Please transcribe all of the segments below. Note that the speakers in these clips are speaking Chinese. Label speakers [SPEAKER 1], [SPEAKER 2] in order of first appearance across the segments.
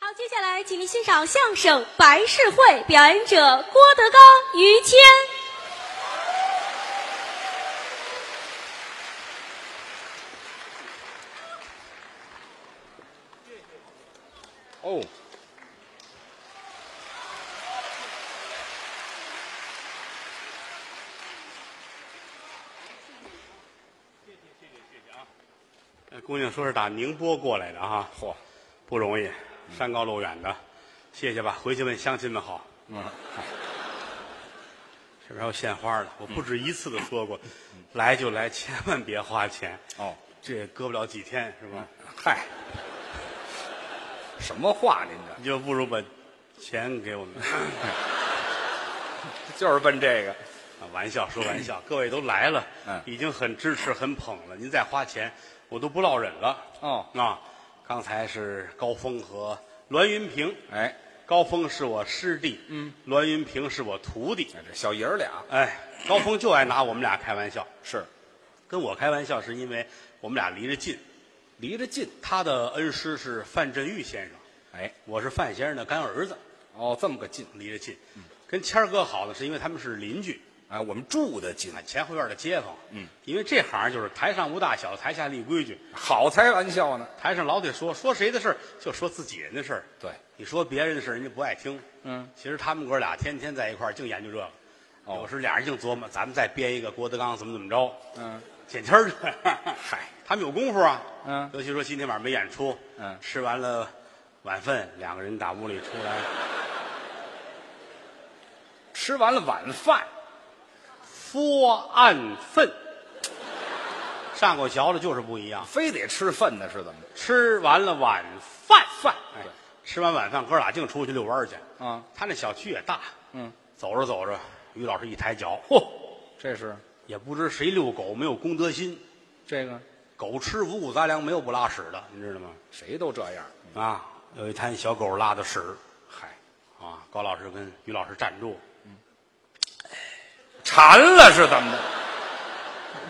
[SPEAKER 1] 好，接下来请您欣赏相声《白事会》，表演者郭德纲、于谦。
[SPEAKER 2] 哦，呃姑娘说是打宁波过来的啊，嚯，不容易，山高路远的，谢谢吧，回去问乡亲们好。
[SPEAKER 3] 嗯，
[SPEAKER 2] 这边还有献花的，我不止一次的说过，来就来，千万别花钱，
[SPEAKER 3] 嗯哦，嗯
[SPEAKER 2] 这也搁不了几天，是吧？
[SPEAKER 3] 嗨，什么话您
[SPEAKER 2] 你就不如把钱给我 们。
[SPEAKER 3] 这就是奔这个，
[SPEAKER 2] 啊，玩笑说玩笑，各位都来了，
[SPEAKER 3] 嗯
[SPEAKER 2] 已经很支持、很捧了。您再花钱，我都不落忍了。
[SPEAKER 3] 哦
[SPEAKER 2] 啊，刚才是高峰和栾云平，
[SPEAKER 3] 哎，
[SPEAKER 2] 高峰是我师弟，嗯，栾云平是我徒弟。
[SPEAKER 3] 哎这小爷儿俩
[SPEAKER 2] 哎，高峰就爱拿我们俩开玩笑，
[SPEAKER 3] 是
[SPEAKER 2] 跟我开玩笑是因为我们俩离着近。
[SPEAKER 3] 离着近，
[SPEAKER 2] 他的恩师是范振钰先生，
[SPEAKER 3] 哎，
[SPEAKER 2] 我是范先生的干儿子，
[SPEAKER 3] 哦，这么个近，
[SPEAKER 2] 离着近。跟谦儿哥好呢，是因为他们是邻居。
[SPEAKER 3] 哎，我们住的近
[SPEAKER 2] 啊，，前后院的街坊，嗯，因为这行就是台上无大小，台下立规矩，
[SPEAKER 3] 好才玩笑呢，
[SPEAKER 2] 台上老得说说谁的事儿，就说自己人的事儿，
[SPEAKER 3] 对，
[SPEAKER 2] 你说别人的事儿，人家不爱听，
[SPEAKER 3] 嗯，
[SPEAKER 2] 其实他们哥俩天天在一块儿，净研究这个，
[SPEAKER 3] 哦
[SPEAKER 2] 有时俩人净琢磨，咱们再编一个郭德纲怎么怎么着，
[SPEAKER 3] 嗯，
[SPEAKER 2] 见天儿这样，
[SPEAKER 3] 嗨，
[SPEAKER 2] 他们有功夫啊，
[SPEAKER 3] 嗯
[SPEAKER 2] 尤其说今天晚上没演出，
[SPEAKER 3] 嗯
[SPEAKER 2] 吃完了晚饭，两个人打屋里出来，
[SPEAKER 3] 嗯吃完了晚饭，
[SPEAKER 2] 说案粪，上过学了就是不一样。
[SPEAKER 3] 非得吃粪呢，是怎么着？
[SPEAKER 2] 吃完了晚饭，
[SPEAKER 3] 饭
[SPEAKER 2] 哎
[SPEAKER 3] 对，
[SPEAKER 2] 吃完晚饭，哥俩净出去遛弯儿去。
[SPEAKER 3] 啊，
[SPEAKER 2] 他那小区也大，
[SPEAKER 3] 嗯，
[SPEAKER 2] 走着走着，于老师一抬脚，嚯，
[SPEAKER 3] 这是
[SPEAKER 2] 也不知谁遛狗没有公德心，
[SPEAKER 3] 这个
[SPEAKER 2] 狗吃五谷杂粮没有不拉屎的，你知道吗？
[SPEAKER 3] 谁都这样，
[SPEAKER 2] 啊，有一滩小狗拉的屎，
[SPEAKER 3] 嗨，
[SPEAKER 2] 啊，高老师跟于老师站住，
[SPEAKER 3] 馋了是怎么的？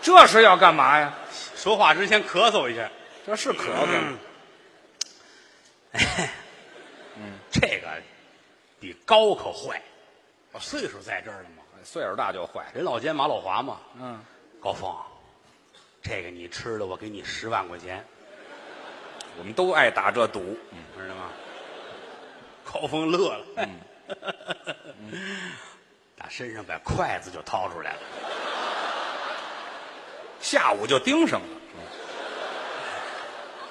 [SPEAKER 3] 这是要干嘛呀？
[SPEAKER 2] 说话之前咳嗽一下，
[SPEAKER 3] 这是咳嗽吗，
[SPEAKER 2] 这个比高可坏，我岁数在这儿了嘛，
[SPEAKER 3] 哎岁数大就坏，
[SPEAKER 2] 人老奸马老滑嘛，
[SPEAKER 3] 嗯，
[SPEAKER 2] 高峰，这个你吃了，我给你十万块钱。
[SPEAKER 3] 我们都爱打这赌，
[SPEAKER 2] 知道吗？高峰乐了，打身上 把筷子就掏出来了，
[SPEAKER 3] 下午就盯上了。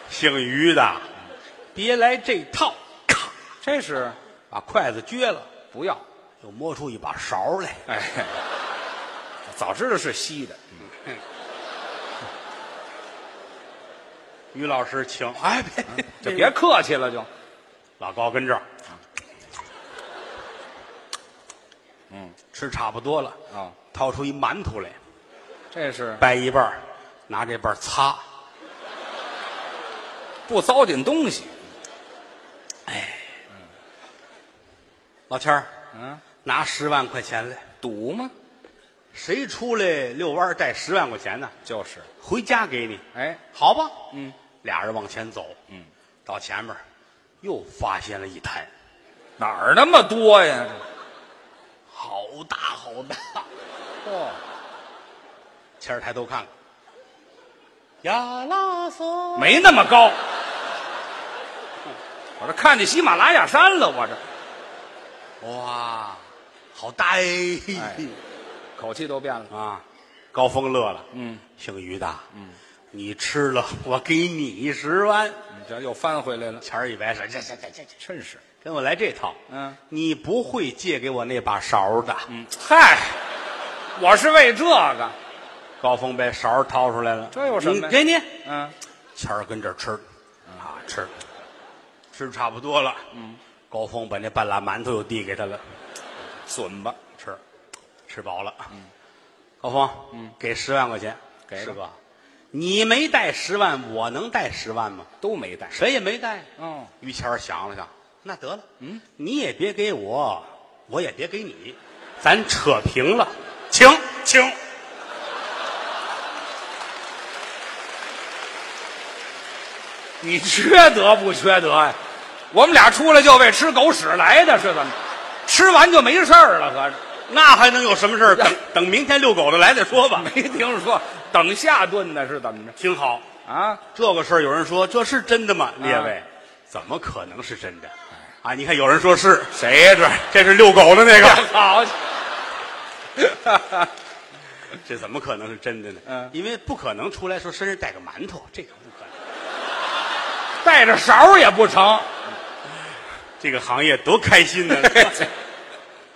[SPEAKER 2] 姓于的，别来这套，咔，
[SPEAKER 3] 这是
[SPEAKER 2] 把筷子撅了，
[SPEAKER 3] 不要，
[SPEAKER 2] 又摸出一把勺来，
[SPEAKER 3] 哎， 早知道是稀的，
[SPEAKER 2] 于老师请，哎，别别
[SPEAKER 3] 就别客气了就，
[SPEAKER 2] 老高跟这儿，嗯，吃差不多了，
[SPEAKER 3] 啊
[SPEAKER 2] 掏出一馒头来，
[SPEAKER 3] 这是
[SPEAKER 2] 掰一半儿，拿这半儿擦，
[SPEAKER 3] 不糟践东西。
[SPEAKER 2] 老天儿
[SPEAKER 3] 嗯，
[SPEAKER 2] 拿十万块钱来。
[SPEAKER 3] 赌吗？
[SPEAKER 2] 谁出来遛弯儿带十万块钱呢？
[SPEAKER 3] 就是，
[SPEAKER 2] 回家给你，
[SPEAKER 3] 哎，
[SPEAKER 2] 好吧？
[SPEAKER 3] 嗯，
[SPEAKER 2] 俩人往前走，嗯，到前面儿又发现了一滩，
[SPEAKER 3] 哪儿那么多呀？
[SPEAKER 2] 好大好大。
[SPEAKER 3] 哦，
[SPEAKER 2] 谦儿抬头看看，呀啦嗦，
[SPEAKER 3] 没那么高。嗯我这看见喜马拉雅山了，我这
[SPEAKER 2] 哇，好大哎！
[SPEAKER 3] 哎口气都变了。
[SPEAKER 2] 啊，高峰乐了，
[SPEAKER 3] 嗯，
[SPEAKER 2] 姓于的，嗯，你吃了，我给你十万。
[SPEAKER 3] 你这又翻回来了，
[SPEAKER 2] 谦儿一摆手，这这这这这，
[SPEAKER 3] 真是。
[SPEAKER 2] 跟我来这套，
[SPEAKER 3] 嗯，
[SPEAKER 2] 你不会借给我那把勺的，嗯。
[SPEAKER 3] 嗨，我是为这个，
[SPEAKER 2] 高峰把勺掏出来了，
[SPEAKER 3] 这有什么呀
[SPEAKER 2] 你给你，
[SPEAKER 3] 嗯，
[SPEAKER 2] 谦儿跟这儿吃，啊，吃，吃差不多了。嗯，高峰把那半拉馒头又递给他了，
[SPEAKER 3] 损吧，
[SPEAKER 2] 吃，吃饱了。嗯，高峰，嗯，给十万块钱，
[SPEAKER 3] 给吧
[SPEAKER 2] 师哥，你没带十万，我能带十万吗？
[SPEAKER 3] 都没带。
[SPEAKER 2] 谁也没带。
[SPEAKER 3] 哦，
[SPEAKER 2] 于谦儿想了想，那得了，嗯，你也别给我，我也别给你，咱扯平了，请请。
[SPEAKER 3] 你缺德不缺德呀、我们俩出来就为吃狗屎来的，是怎么？吃完就没事儿了，合着
[SPEAKER 2] 那还能有什么事 儿？等等明天遛狗的来再说吧。
[SPEAKER 3] 没听说等下顿呢，是怎么着？
[SPEAKER 2] 听好，
[SPEAKER 3] 啊，
[SPEAKER 2] 这个事儿有人说这是真的吗？列位，怎么可能是真的？啊，你看有人说是，
[SPEAKER 3] 谁呀、这？
[SPEAKER 2] 这是遛狗的那个，
[SPEAKER 3] 好，
[SPEAKER 2] 这怎么可能是真的呢？
[SPEAKER 3] 嗯
[SPEAKER 2] 因为不可能出来说身上带个馒头，这个不可能。
[SPEAKER 3] 带着勺儿也不成。
[SPEAKER 2] 这个行业多开心呢！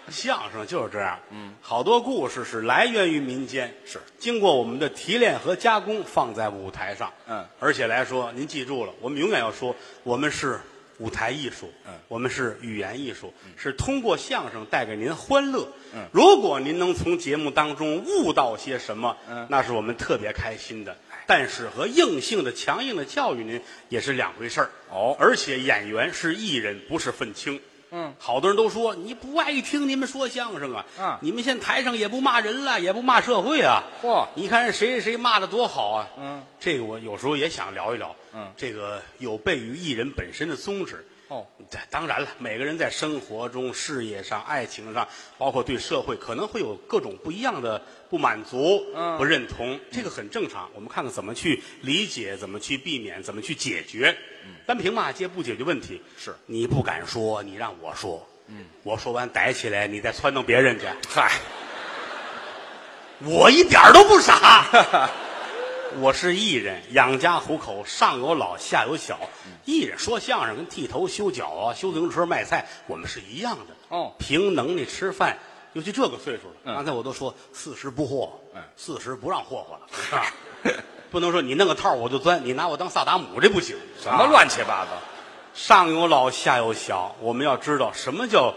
[SPEAKER 2] 相声就是这样，嗯，好多故事是来源于民间，是经过我们的提炼和加工，放在舞台上，
[SPEAKER 3] 嗯
[SPEAKER 2] 而且来说，您记住了，我们永远要说，我们是舞台艺术，嗯，我们是语言艺术，是通过相声带给您欢乐，嗯，如果您能从节目当中悟到些什么，
[SPEAKER 3] 嗯
[SPEAKER 2] 那是我们特别开心的。但是和硬性的、强硬的教育您也是两回事儿，
[SPEAKER 3] 哦
[SPEAKER 2] 而且演员是艺人，不是愤青。
[SPEAKER 3] 嗯，
[SPEAKER 2] 好多人都说你不爱听你们说相声啊，
[SPEAKER 3] 嗯
[SPEAKER 2] 你们现在台上也不骂人了，也不骂社会啊。
[SPEAKER 3] 嚯
[SPEAKER 2] 你看谁谁谁骂的多好啊。
[SPEAKER 3] 嗯，
[SPEAKER 2] 这个我有时候也想聊一聊。
[SPEAKER 3] 嗯
[SPEAKER 2] 这个有悖于艺人本身的宗旨。
[SPEAKER 3] 哦，
[SPEAKER 2] 这当然了，每个人在生活中、事业上、爱情上，包括对社会，可能会有各种不一样的不满足、
[SPEAKER 3] 嗯
[SPEAKER 2] 不认同，这个很正常。我们看看怎么去理解，怎么去避免，怎么去解决。单凭骂街不解决问题。
[SPEAKER 3] 嗯是
[SPEAKER 2] 你不敢说，你让我说。嗯，我说完逮起来，你再撺弄别人去。
[SPEAKER 3] 嗨，
[SPEAKER 2] 我一点儿都不傻， 我是艺人，养家糊口，上有老下有小。
[SPEAKER 3] 嗯
[SPEAKER 2] 艺人说相声跟剃头、修脚啊、修自行车、卖菜，我们是一样的。
[SPEAKER 3] 哦
[SPEAKER 2] 凭能力吃饭，尤其这个岁数了。
[SPEAKER 3] 嗯
[SPEAKER 2] 刚才我都说四十不惑，
[SPEAKER 3] 嗯
[SPEAKER 2] 四十不让霍霍了，是 吧不能说你弄个套儿我就钻，你拿我当萨达姆，这不 行。
[SPEAKER 3] 什么
[SPEAKER 2] 啊
[SPEAKER 3] 乱七八糟？
[SPEAKER 2] 上有老下有小，我们要知道什么叫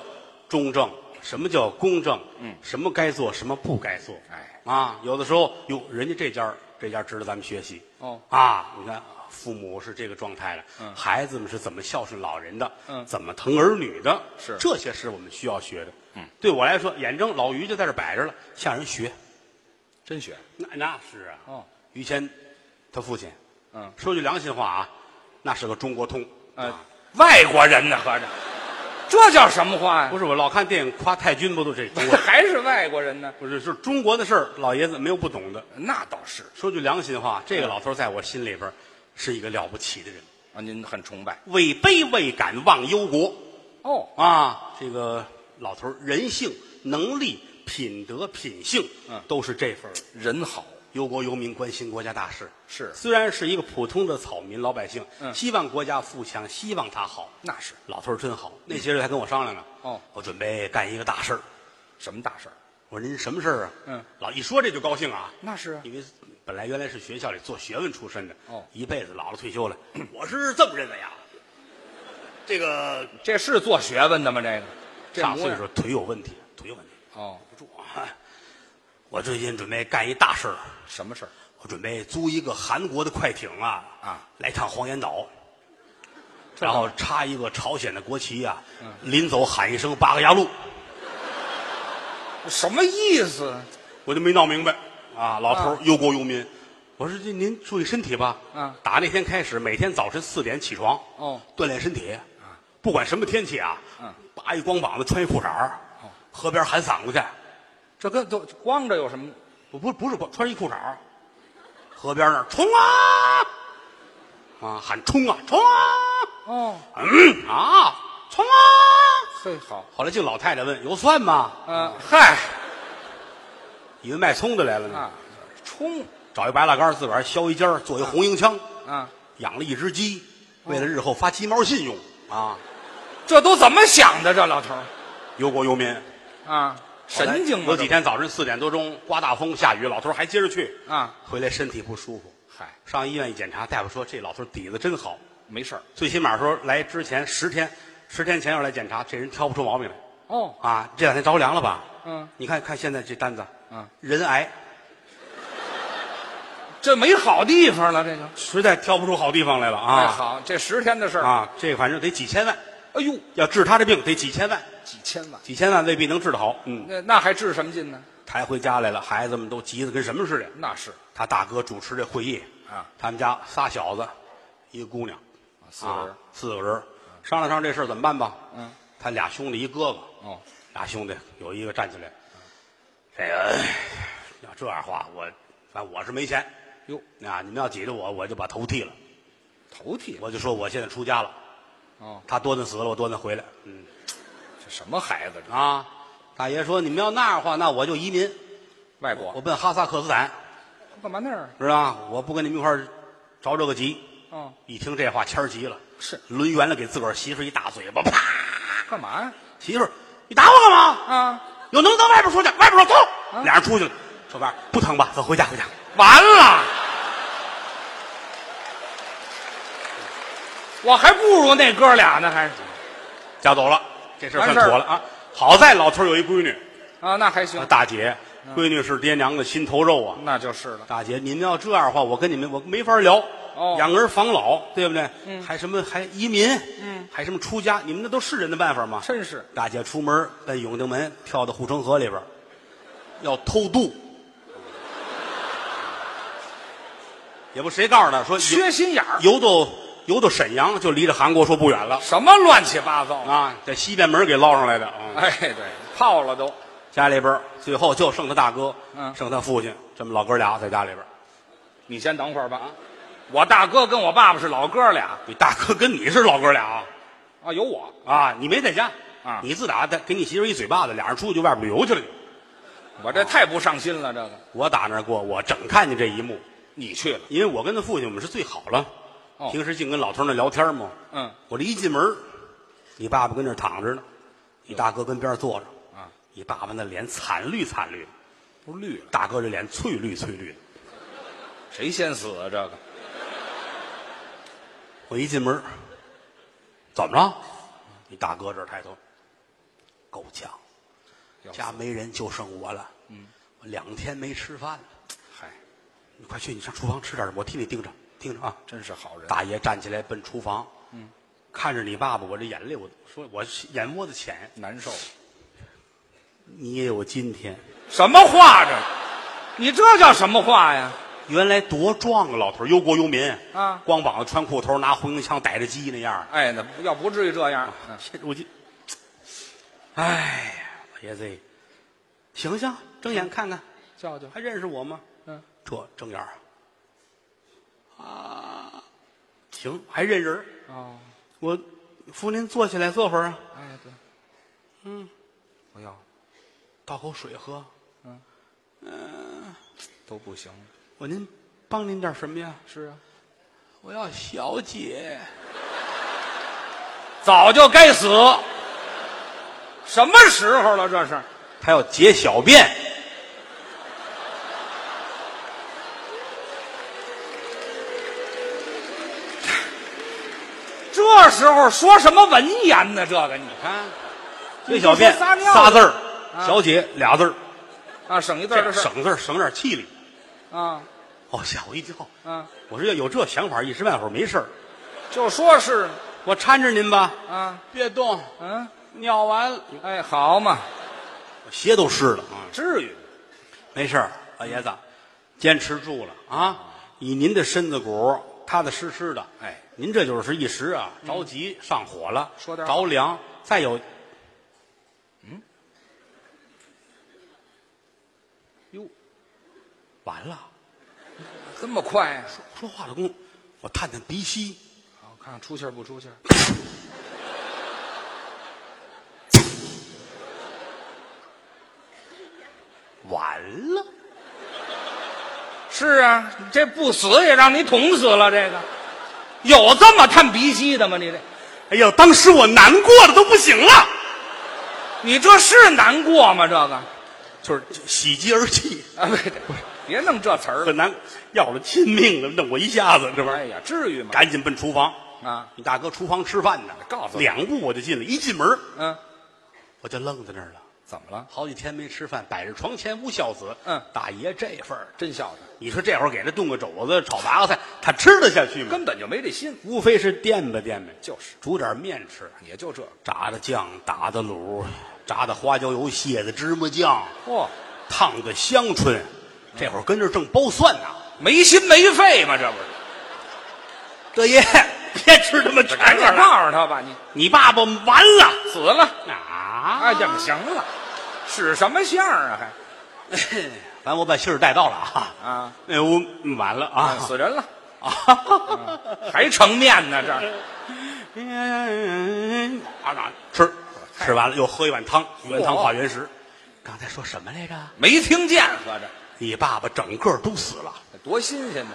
[SPEAKER 2] 中正，什么叫公正，嗯，什么该做，什么不该做。
[SPEAKER 3] 哎，
[SPEAKER 2] 啊，有的时候哟，人家这家儿这家儿值得咱们学习。
[SPEAKER 3] 哦
[SPEAKER 2] 啊，你看父母是这个状态了，嗯，孩子们是怎么孝顺老人的，
[SPEAKER 3] 嗯
[SPEAKER 2] 怎么疼儿女的，
[SPEAKER 3] 是
[SPEAKER 2] 这些是我们需要学的。嗯，对我来说，眼睁老于就在这摆着了，向人学。
[SPEAKER 3] 真学？
[SPEAKER 2] 那那是啊，
[SPEAKER 3] 嗯哦，
[SPEAKER 2] 于谦，他父亲，
[SPEAKER 3] 嗯，
[SPEAKER 2] 说句良心话啊，那是个中国通。
[SPEAKER 3] 呃
[SPEAKER 2] 啊，
[SPEAKER 3] 外国人呢，合着，这叫什么话呀、
[SPEAKER 2] 不是我老看电影夸太君，不都这中国
[SPEAKER 3] 我还是外国人呢？
[SPEAKER 2] 不是是中国的事儿，老爷子没有不懂的。
[SPEAKER 3] 那倒是
[SPEAKER 2] 说句良心话，这个老头儿在我心里边儿是一个了不起的人，
[SPEAKER 3] 啊，您很崇拜
[SPEAKER 2] 位卑未敢忘忧国
[SPEAKER 3] 哦，
[SPEAKER 2] 啊！这个老头儿人性、能力、品德、品性，
[SPEAKER 3] 嗯
[SPEAKER 2] 都是这份儿。
[SPEAKER 3] 人好
[SPEAKER 2] 忧国忧民，关心国家大事。
[SPEAKER 3] 是
[SPEAKER 2] 虽然是一个普通的草民老百姓，
[SPEAKER 3] 嗯
[SPEAKER 2] 希望国家富强，希望他好。
[SPEAKER 3] 那是
[SPEAKER 2] 老头儿真好，那些人还跟我商量呢。
[SPEAKER 3] 哦
[SPEAKER 2] 我准备干一个大事儿。
[SPEAKER 3] 什么大事儿？
[SPEAKER 2] 我说您什么事儿啊？
[SPEAKER 3] 嗯，
[SPEAKER 2] 老一说这就高兴啊，
[SPEAKER 3] 那是啊
[SPEAKER 2] 因为本来原来是学校里做学问出身的，
[SPEAKER 3] 哦
[SPEAKER 2] 一辈子老了退休了。我是这么认为啊，这个
[SPEAKER 3] 这是做学问的吗？这个这
[SPEAKER 2] 上
[SPEAKER 3] 模
[SPEAKER 2] 岁
[SPEAKER 3] 样
[SPEAKER 2] 数腿有问题，腿有问题，
[SPEAKER 3] 哦，
[SPEAKER 2] 不住啊。我最近准备干一大事儿，
[SPEAKER 3] 什么事儿？
[SPEAKER 2] 我准备租一个韩国的快艇啊
[SPEAKER 3] 啊，
[SPEAKER 2] 来趟黄岩岛，然后插一个朝鲜的国旗啊，
[SPEAKER 3] 嗯
[SPEAKER 2] 临走喊一声八个牙路，
[SPEAKER 3] 什么意思？
[SPEAKER 2] 我就没闹明白啊。老头儿忧国忧民，我说这您注意身体吧。
[SPEAKER 3] 啊
[SPEAKER 2] 打那天开始，每天早晨四点起床，
[SPEAKER 3] 哦，
[SPEAKER 2] 锻炼身体，不管什么天气啊，
[SPEAKER 3] 嗯，哦
[SPEAKER 2] 扒一光膀子，穿一裤衩儿，河边喊嗓子去。
[SPEAKER 3] 这跟都光着有什么？
[SPEAKER 2] 不不不是光穿一裤衩儿河边那儿冲啊啊喊冲啊冲啊。
[SPEAKER 3] 哦，
[SPEAKER 2] 嗯啊，冲啊！
[SPEAKER 3] 嘿，好，
[SPEAKER 2] 后来净老太太问有蒜吗？
[SPEAKER 3] 呃，嗨
[SPEAKER 2] 以为卖葱的来了呢。
[SPEAKER 3] 啊，冲
[SPEAKER 2] 找一白蜡杆儿，自个儿削一尖儿，做一红缨枪，
[SPEAKER 3] 啊，
[SPEAKER 2] 养了一只鸡，
[SPEAKER 3] 哦
[SPEAKER 2] 为了日后发鸡毛信用啊，
[SPEAKER 3] 这都怎么想的？这老头儿
[SPEAKER 2] 忧国忧民。
[SPEAKER 3] 啊，神经吗
[SPEAKER 2] 有几天早晨四点多钟，刮大风下雨，老头儿还接着去
[SPEAKER 3] 啊，
[SPEAKER 2] 回来身体不舒服，
[SPEAKER 3] 这嗨，
[SPEAKER 2] 上医院一检查，大夫说这老头儿底子真好，
[SPEAKER 3] 没事儿
[SPEAKER 2] 最起码说来之前十天，十天前要来检查，这人挑不出毛病来
[SPEAKER 3] 哦，
[SPEAKER 2] 啊。这两天着凉了吧？
[SPEAKER 3] 嗯，
[SPEAKER 2] 你看看现在这单子，
[SPEAKER 3] 嗯，
[SPEAKER 2] 人癌
[SPEAKER 3] 这没好地方了，这个
[SPEAKER 2] 实在挑不出好地方来了
[SPEAKER 3] 哎
[SPEAKER 2] 啊！
[SPEAKER 3] 好，这十天的事儿，
[SPEAKER 2] 啊，这反正得几千万，
[SPEAKER 3] 哎呦，
[SPEAKER 2] 要治他这病得几千万，
[SPEAKER 3] 几千万，
[SPEAKER 2] 几千万未必能治得好。嗯，
[SPEAKER 3] 那那还治什么劲呢？
[SPEAKER 2] 抬回家来了，孩子们都急得跟什么似的。
[SPEAKER 3] 那是
[SPEAKER 2] 他大哥主持这会议
[SPEAKER 3] 啊，
[SPEAKER 2] 他们家仨小子，一个姑娘，啊
[SPEAKER 3] 四个人
[SPEAKER 2] 啊，四个人，商量商量这事儿怎么办吧。
[SPEAKER 3] 嗯，
[SPEAKER 2] 他俩兄弟一哥哥，
[SPEAKER 3] 哦，
[SPEAKER 2] 俩兄弟有一个站起来，这个要这样话，我反正我是没钱
[SPEAKER 3] 哟，
[SPEAKER 2] 啊，你们要挤兑我，我就把头剃了，
[SPEAKER 3] 头剃
[SPEAKER 2] 我就说我现在出家了，
[SPEAKER 3] 哦，
[SPEAKER 2] 他多顿死了，我多顿回来，嗯
[SPEAKER 3] 这什么孩子？这
[SPEAKER 2] 啊。大爷说：“你们要那样的话，那我就移民，
[SPEAKER 3] 外
[SPEAKER 2] 我
[SPEAKER 3] 国
[SPEAKER 2] 奔哈萨克斯坦，
[SPEAKER 3] 干嘛那儿？
[SPEAKER 2] 知道吗？我不跟你们一块儿着这个急。”
[SPEAKER 3] 哦，
[SPEAKER 2] 一听这话，谦儿急了，
[SPEAKER 3] 是
[SPEAKER 2] 抡圆了给自个儿媳妇儿一大嘴巴，啪！
[SPEAKER 3] 干嘛呀？
[SPEAKER 2] 媳妇儿，你打我干嘛？
[SPEAKER 3] 啊，
[SPEAKER 2] 有能到外边出去，外边说走。俩人出去了，这玩意儿不疼吧？走，回家回家。
[SPEAKER 3] 完了！我还不如那哥俩呢，还是
[SPEAKER 2] 家走了，这事儿
[SPEAKER 3] 完
[SPEAKER 2] 算
[SPEAKER 3] 事儿
[SPEAKER 2] 妥了啊。好在老头儿有一闺女，
[SPEAKER 3] 啊，嗯那还行，
[SPEAKER 2] 大姐，闺女是爹娘的心头肉啊。
[SPEAKER 3] 那就是了。
[SPEAKER 2] 大姐，你们要这样的话，我跟你们我没法聊。
[SPEAKER 3] 哦嗯
[SPEAKER 2] 养儿防老，对不对？还什么还移民？嗯，还什么出家？你们那都是人的办法吗？
[SPEAKER 3] 真是
[SPEAKER 2] 大姐出门奔永定门，跳到护城河里边儿，要偷渡。也不谁告诉他说游
[SPEAKER 3] 缺心眼儿，
[SPEAKER 2] 游到游到沈阳就离着韩国说不远了
[SPEAKER 3] 什么乱七八糟？
[SPEAKER 2] 啊，在西便门给捞上来的啊。
[SPEAKER 3] 哎，对，泡了都。
[SPEAKER 2] 家里边儿最后就剩他大哥，
[SPEAKER 3] 嗯
[SPEAKER 2] 剩他父亲，这么老哥俩在家里边儿。
[SPEAKER 3] 你先等会儿吧啊！我大哥跟我爸爸是老哥俩
[SPEAKER 2] 你大哥跟你是老哥俩啊
[SPEAKER 3] 啊，有我
[SPEAKER 2] 啊，你没在家
[SPEAKER 3] 啊
[SPEAKER 2] 你自打他给你媳妇儿一嘴巴子，俩人出去外边旅游去了。
[SPEAKER 3] 我这太不上心了，这个
[SPEAKER 2] 我打那儿过，我整看见这一幕。
[SPEAKER 3] 你去了，
[SPEAKER 2] 因为我跟他父亲我们是最好了，
[SPEAKER 3] 哦
[SPEAKER 2] 平时净跟老头儿那聊天嘛。
[SPEAKER 3] 嗯，
[SPEAKER 2] 我这一进门，你爸爸跟那儿躺着呢，你大哥跟边儿坐着，
[SPEAKER 3] 啊，
[SPEAKER 2] 你爸爸那脸惨绿惨绿，
[SPEAKER 3] 不绿了，
[SPEAKER 2] 大哥这脸翠绿翠绿的。
[SPEAKER 3] 谁先死啊？这个
[SPEAKER 2] 我一进门，怎么了？你大哥这儿抬头，够呛，
[SPEAKER 3] 要死
[SPEAKER 2] 家没人就剩我了。嗯，我两天没吃饭了，
[SPEAKER 3] 嗨，
[SPEAKER 2] 你快去，你上厨房吃点儿，我替你盯着盯着啊。
[SPEAKER 3] 真是好人，
[SPEAKER 2] 大爷站起来奔厨房，嗯，看着你爸爸，我这眼泪，我说我眼窝子浅，
[SPEAKER 3] 难受。
[SPEAKER 2] 你也有今天。
[SPEAKER 3] 什么话这？你这叫什么话呀？
[SPEAKER 2] 原来多壮啊，老头儿忧国忧民
[SPEAKER 3] 啊
[SPEAKER 2] 光膀子穿裤头，拿红缨枪逮着鸡那样儿。
[SPEAKER 3] 哎，那不要不至于这样。嗯
[SPEAKER 2] 现如今，哎呀，老爷子，醒醒，睁眼看看，
[SPEAKER 3] 叫叫，
[SPEAKER 2] 还认识我吗？
[SPEAKER 3] 嗯，
[SPEAKER 2] 这睁眼儿啊，行，还认人儿。
[SPEAKER 3] 哦，
[SPEAKER 2] 我扶您坐起来坐会儿啊，
[SPEAKER 3] 哎，对，嗯，嗯不要，
[SPEAKER 2] 倒口水喝。
[SPEAKER 3] 都不行。
[SPEAKER 2] 我您帮您点什么呀？
[SPEAKER 3] 是啊，
[SPEAKER 2] 我要小姐。
[SPEAKER 3] 早就该死。什么时候了？这是
[SPEAKER 2] 他要解小便。
[SPEAKER 3] 这时候说什么文言呢？这个你看
[SPEAKER 2] 解小便
[SPEAKER 3] 你就说撒尿
[SPEAKER 2] 仨字儿，
[SPEAKER 3] 啊
[SPEAKER 2] 小姐俩字儿，
[SPEAKER 3] 啊，省一字儿
[SPEAKER 2] 这
[SPEAKER 3] 的事儿
[SPEAKER 2] 省字儿省点气力。
[SPEAKER 3] 啊
[SPEAKER 2] 哦，吓我一跳！
[SPEAKER 3] 啊，
[SPEAKER 2] 我说要有这想法，一时半会儿没事儿。
[SPEAKER 3] 就说是
[SPEAKER 2] 我搀着您吧，
[SPEAKER 3] 啊，
[SPEAKER 2] 别动，
[SPEAKER 3] 嗯，
[SPEAKER 2] 尿完了
[SPEAKER 3] 哎，好嘛，
[SPEAKER 2] 我鞋都湿了啊，
[SPEAKER 3] 至于
[SPEAKER 2] 没事儿，老爷子，坚持住了啊！以您的身子骨踏踏实实的，
[SPEAKER 3] 哎，
[SPEAKER 2] 您这就是一时啊着急上火了，
[SPEAKER 3] 嗯说点好
[SPEAKER 2] 着凉，再有
[SPEAKER 3] 哟，
[SPEAKER 2] 完了，
[SPEAKER 3] 这么快啊呀、
[SPEAKER 2] 说话的功夫，我探探鼻息，
[SPEAKER 3] 好，看看出气儿不出气儿。
[SPEAKER 2] 完了。
[SPEAKER 3] 是啊，这不死也让你捅死了。这个有这么探鼻息的吗？你这
[SPEAKER 2] 哎呀，当时我难过的都不行了，
[SPEAKER 3] 你这是难过吗？这个
[SPEAKER 2] 就是喜极而泣，
[SPEAKER 3] 啊，不对，别弄这词儿。
[SPEAKER 2] 很难，要了亲命了，弄我一下子，这玩 意
[SPEAKER 3] 哎呀，至于
[SPEAKER 2] 儿，
[SPEAKER 3] 吗？
[SPEAKER 2] 赶紧奔厨房。
[SPEAKER 3] 啊，
[SPEAKER 2] 你大哥厨房吃饭呢，
[SPEAKER 3] 告诉我
[SPEAKER 2] 两步我就进了，一进门
[SPEAKER 3] 嗯，
[SPEAKER 2] 我就愣在那儿了，
[SPEAKER 3] 怎么了？
[SPEAKER 2] 好几天没吃饭，摆着床前无孝子。
[SPEAKER 3] 嗯
[SPEAKER 2] 大爷这份儿，
[SPEAKER 3] 真孝顺，
[SPEAKER 2] 你说这会儿给他炖个肘子、炒八个菜，他吃得下去吗？
[SPEAKER 3] 根本就没这心，
[SPEAKER 2] 无非是垫吧垫吧，
[SPEAKER 3] 就是
[SPEAKER 2] 煮点面吃，
[SPEAKER 3] 也就这。
[SPEAKER 2] 炸的酱，打的卤，炸的花椒油，蟹的芝麻酱。
[SPEAKER 3] 嚯、
[SPEAKER 2] 烫的香椿，这会儿跟这儿正剥蒜呢。
[SPEAKER 3] 没心没肺嘛，这不是？
[SPEAKER 2] 大爷， 啊别吃他妈全
[SPEAKER 3] 赶紧
[SPEAKER 2] 了，
[SPEAKER 3] 告诉他吧，你
[SPEAKER 2] 你爸爸完了
[SPEAKER 3] 死了。
[SPEAKER 2] 啊！
[SPEAKER 3] 哎，怎么行了？使什么相啊？还
[SPEAKER 2] 反正我把信儿带到了啊。
[SPEAKER 3] 啊，
[SPEAKER 2] 那屋嗯完了啊
[SPEAKER 3] 死人了，
[SPEAKER 2] 啊！
[SPEAKER 3] 还盛面呢？这儿
[SPEAKER 2] 啊，吃吃完了又喝一碗汤，一碗汤化原石。刚才说什么来着？
[SPEAKER 3] 没听见，合着
[SPEAKER 2] 你爸爸整个都死了，
[SPEAKER 3] 这多新鲜呢！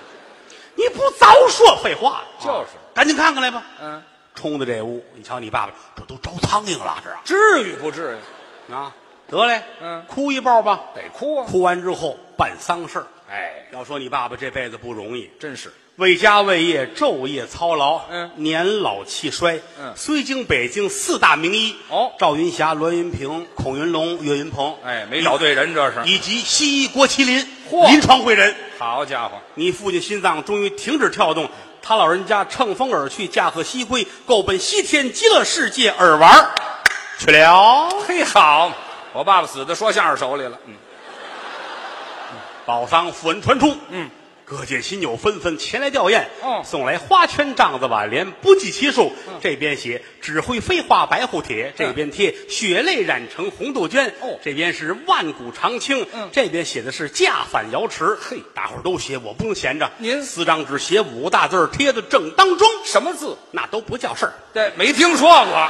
[SPEAKER 2] 你不早说废话？
[SPEAKER 3] 就是
[SPEAKER 2] 啊赶紧看看来吧。
[SPEAKER 3] 嗯，
[SPEAKER 2] 冲到这屋，你瞧你爸爸，这都招苍蝇了，这
[SPEAKER 3] 至于不至于？
[SPEAKER 2] 啊啊，得嘞，
[SPEAKER 3] 嗯
[SPEAKER 2] 哭一抱吧。
[SPEAKER 3] 得哭啊！
[SPEAKER 2] 哭完之后办丧事儿。
[SPEAKER 3] 哎，
[SPEAKER 2] 要说你爸爸这辈子不容易，
[SPEAKER 3] 真是
[SPEAKER 2] 为家为业，昼夜操劳，
[SPEAKER 3] 嗯
[SPEAKER 2] 年老气衰，
[SPEAKER 3] 嗯
[SPEAKER 2] 虽经北京四大名医，
[SPEAKER 3] 哦
[SPEAKER 2] 赵云霞、栾云平、孔云龙、岳云鹏，
[SPEAKER 3] 哎，没找对人，这是
[SPEAKER 2] 以及西医郭麒麟，
[SPEAKER 3] 嚯
[SPEAKER 2] 临床会诊。
[SPEAKER 3] 好家伙，
[SPEAKER 2] 你父亲心脏终于停止跳动，他老人家乘风而去，驾鹤西归，够奔西天极乐世界而玩儿去了。
[SPEAKER 3] 嘿，好，我爸爸死在说相声手里了。嗯，
[SPEAKER 2] 宝商符文传出，嗯，各界亲友纷纷前来吊唁，
[SPEAKER 3] 哦嗯
[SPEAKER 2] 送来花圈、帐子、挽联，不计其数。这边写“只会飞花白虎帖”，这边贴“血泪染成红杜鹃”，
[SPEAKER 3] 哦
[SPEAKER 2] 这边是“万古长青”，
[SPEAKER 3] 嗯
[SPEAKER 2] 这边写的是“驾返瑶池”。嘿，大伙儿都写，我不能闲着。
[SPEAKER 3] 您嗯
[SPEAKER 2] 四张纸写五个大字儿贴的正当中，
[SPEAKER 3] 什么字？
[SPEAKER 2] 那都不叫事儿，
[SPEAKER 3] 这没听说过，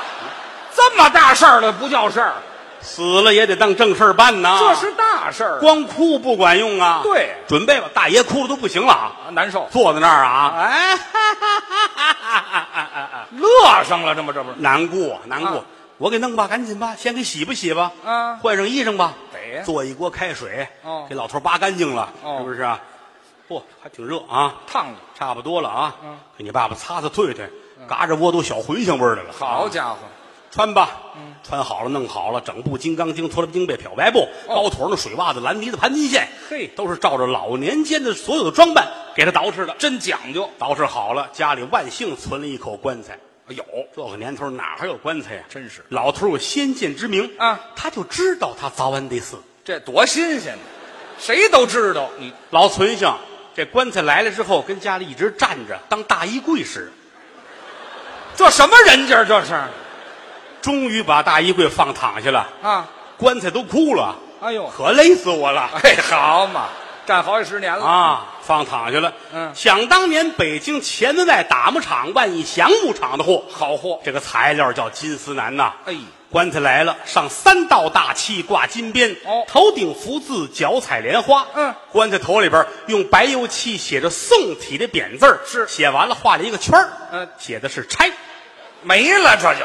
[SPEAKER 3] 这么大事儿了不叫事儿，
[SPEAKER 2] 死了也得当正事儿办呐。
[SPEAKER 3] 这是大事儿，
[SPEAKER 2] 光哭不管用啊。
[SPEAKER 3] 对
[SPEAKER 2] 准备吧，大爷哭的都不行了啊。
[SPEAKER 3] 啊难受，
[SPEAKER 2] 坐在那儿啊，哎，哈哈哈哈哈哈
[SPEAKER 3] 乐上了，这么这不是
[SPEAKER 2] 难过难过
[SPEAKER 3] 啊，
[SPEAKER 2] 我给弄吧，赶紧吧，先给洗吧洗吧，
[SPEAKER 3] 啊
[SPEAKER 2] 换上衣裳吧，
[SPEAKER 3] 得呀
[SPEAKER 2] 做一锅开水，
[SPEAKER 3] 哦
[SPEAKER 2] 给老头扒干净了，
[SPEAKER 3] 哦
[SPEAKER 2] 是不是啊？嚯，还挺热啊，
[SPEAKER 3] 烫的？
[SPEAKER 2] 差不多了啊
[SPEAKER 3] 嗯，
[SPEAKER 2] 给你爸爸擦擦退退，嘎着窝都小茴香味儿的了，
[SPEAKER 3] 好
[SPEAKER 2] 啊
[SPEAKER 3] 家伙，嗯
[SPEAKER 2] 穿吧，穿好了弄好了，整部《金刚经》、脱了经被、漂白布、
[SPEAKER 3] 哦
[SPEAKER 2] 高腿儿的水袜子、蓝呢子、盘金线，
[SPEAKER 3] 嘿
[SPEAKER 2] 都是照着老年间的所有的装扮给他捯饬的。
[SPEAKER 3] 真讲究，
[SPEAKER 2] 捯饬好了，家里万幸存了一口棺材。
[SPEAKER 3] 有
[SPEAKER 2] 这个年头哪还有棺材呀、
[SPEAKER 3] 真是
[SPEAKER 2] 老头有先见之明
[SPEAKER 3] 啊，
[SPEAKER 2] 他就知道他早晚得死。
[SPEAKER 3] 这多新鲜呢，谁都知道你
[SPEAKER 2] 老存性，这棺材来了之后，跟家里一直站着当大衣柜使，
[SPEAKER 3] 这什么人家儿这是
[SPEAKER 2] 终于把大衣柜放躺下了，
[SPEAKER 3] 啊？
[SPEAKER 2] 棺材都哭了，
[SPEAKER 3] 哎呦，
[SPEAKER 2] 可累死我了。
[SPEAKER 3] 哎，好嘛，干好几十年了，
[SPEAKER 2] 啊，放躺下了。
[SPEAKER 3] 嗯
[SPEAKER 2] 想当年北京前门外打木厂、万义祥木厂的货，
[SPEAKER 3] 好货，
[SPEAKER 2] 这个材料叫金丝楠呐。
[SPEAKER 3] 哎，
[SPEAKER 2] 棺材来了，上三道大漆，挂金边，
[SPEAKER 3] 哦
[SPEAKER 2] 头顶福字，脚踩莲花。
[SPEAKER 3] 嗯，
[SPEAKER 2] 棺材头里边用白油漆写着“宋体”的匾字儿
[SPEAKER 3] 是
[SPEAKER 2] 写完了画了一个圈儿，
[SPEAKER 3] 嗯
[SPEAKER 2] 写的是拆，
[SPEAKER 3] 没了这就，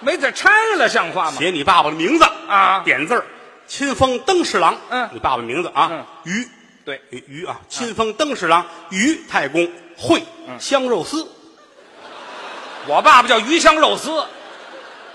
[SPEAKER 3] 没得拆了，像话吗？
[SPEAKER 2] 写你爸爸的名字
[SPEAKER 3] 啊
[SPEAKER 2] 点字儿，亲封登侍郎，
[SPEAKER 3] 嗯
[SPEAKER 2] 你爸爸名字啊，
[SPEAKER 3] 嗯
[SPEAKER 2] 于
[SPEAKER 3] 对，
[SPEAKER 2] 于于啊，亲封登侍郎于太公会
[SPEAKER 3] 嗯
[SPEAKER 2] 香肉丝
[SPEAKER 3] 我爸爸叫鱼香肉丝，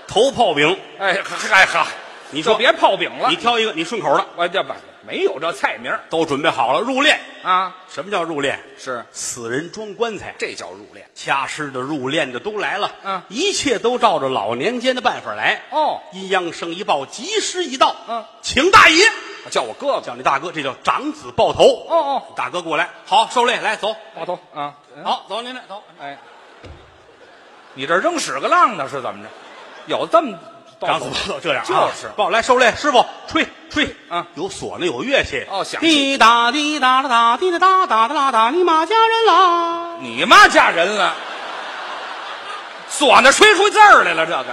[SPEAKER 2] 头泡饼，
[SPEAKER 3] 哎嗨哈，
[SPEAKER 2] 你
[SPEAKER 3] 就
[SPEAKER 2] 说
[SPEAKER 3] 别泡饼了
[SPEAKER 2] 你，挑一个你顺口的，
[SPEAKER 3] 我这不没有这菜名儿
[SPEAKER 2] 都准备好了入殓。
[SPEAKER 3] 啊，
[SPEAKER 2] 什么叫入殓？
[SPEAKER 3] 是
[SPEAKER 2] 死人装棺材。
[SPEAKER 3] 这叫入殓，
[SPEAKER 2] 掐尸的、入殓的都来了，
[SPEAKER 3] 嗯
[SPEAKER 2] 一切都照着老年间的办法来。
[SPEAKER 3] 哦
[SPEAKER 2] 阴阳生一报，吉时一到，
[SPEAKER 3] 嗯，
[SPEAKER 2] 请大爷，
[SPEAKER 3] 叫我哥哥，
[SPEAKER 2] 叫你大哥，这叫长子抱头。哦
[SPEAKER 3] 哦，
[SPEAKER 2] 大哥过来，好，受累，来走，
[SPEAKER 3] 大头啊，嗯
[SPEAKER 2] 好，走您来，走。
[SPEAKER 3] 哎，你这扔屎个浪呢是怎么着？有这么
[SPEAKER 2] 长子抱头这样啊
[SPEAKER 3] 就是
[SPEAKER 2] 抱来受累，师傅吹吹
[SPEAKER 3] 啊
[SPEAKER 2] 有唢呐有乐器
[SPEAKER 3] 哦响器
[SPEAKER 2] 滴答滴答啦答滴答答答答啦答，你马家人啦。
[SPEAKER 3] 你妈嫁人了，唢呐吹出字儿来了，这个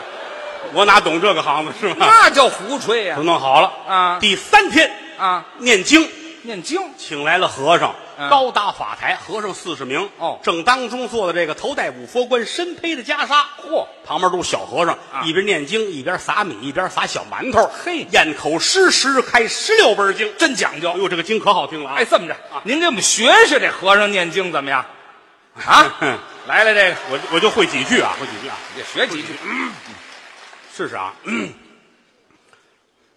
[SPEAKER 2] 我哪懂这个行子是吧？
[SPEAKER 3] 那叫胡吹呀
[SPEAKER 2] 都弄好了
[SPEAKER 3] 嗯啊
[SPEAKER 2] 第三天
[SPEAKER 3] 啊！
[SPEAKER 2] 念经。
[SPEAKER 3] 念经
[SPEAKER 2] 请来了和尚，
[SPEAKER 3] 嗯
[SPEAKER 2] 高搭法台，和尚四十名。
[SPEAKER 3] 哦
[SPEAKER 2] 正当中坐的这个头戴五佛冠，身披着袈裟，
[SPEAKER 3] 嚯
[SPEAKER 2] 旁边都是小和尚，
[SPEAKER 3] 啊
[SPEAKER 2] 一边念经一边撒米，一边撒小馒头。
[SPEAKER 3] 嘿
[SPEAKER 2] 咽口湿时开十六本经，
[SPEAKER 3] 真讲究
[SPEAKER 2] 哎。呦，这个经可好听了啊！
[SPEAKER 3] 哎，这么着
[SPEAKER 2] 啊，
[SPEAKER 3] 您给我们学学这和尚念经怎么样？啊，来来这个，
[SPEAKER 2] 我我就会几句啊，会几句啊，
[SPEAKER 3] 也学几句。
[SPEAKER 2] 试试啊。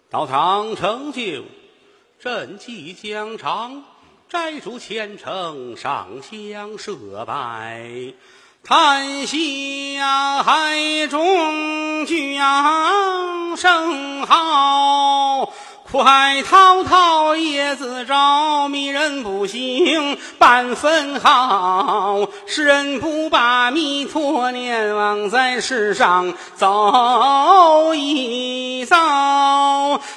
[SPEAKER 2] 道堂成就，朕即将长，摘竹千乘，上香设拜，叹息呀，海中巨扬声号，苦海滔滔夜自照，迷人不醒半分好。世人不把弥陀念，枉在世上走一遭。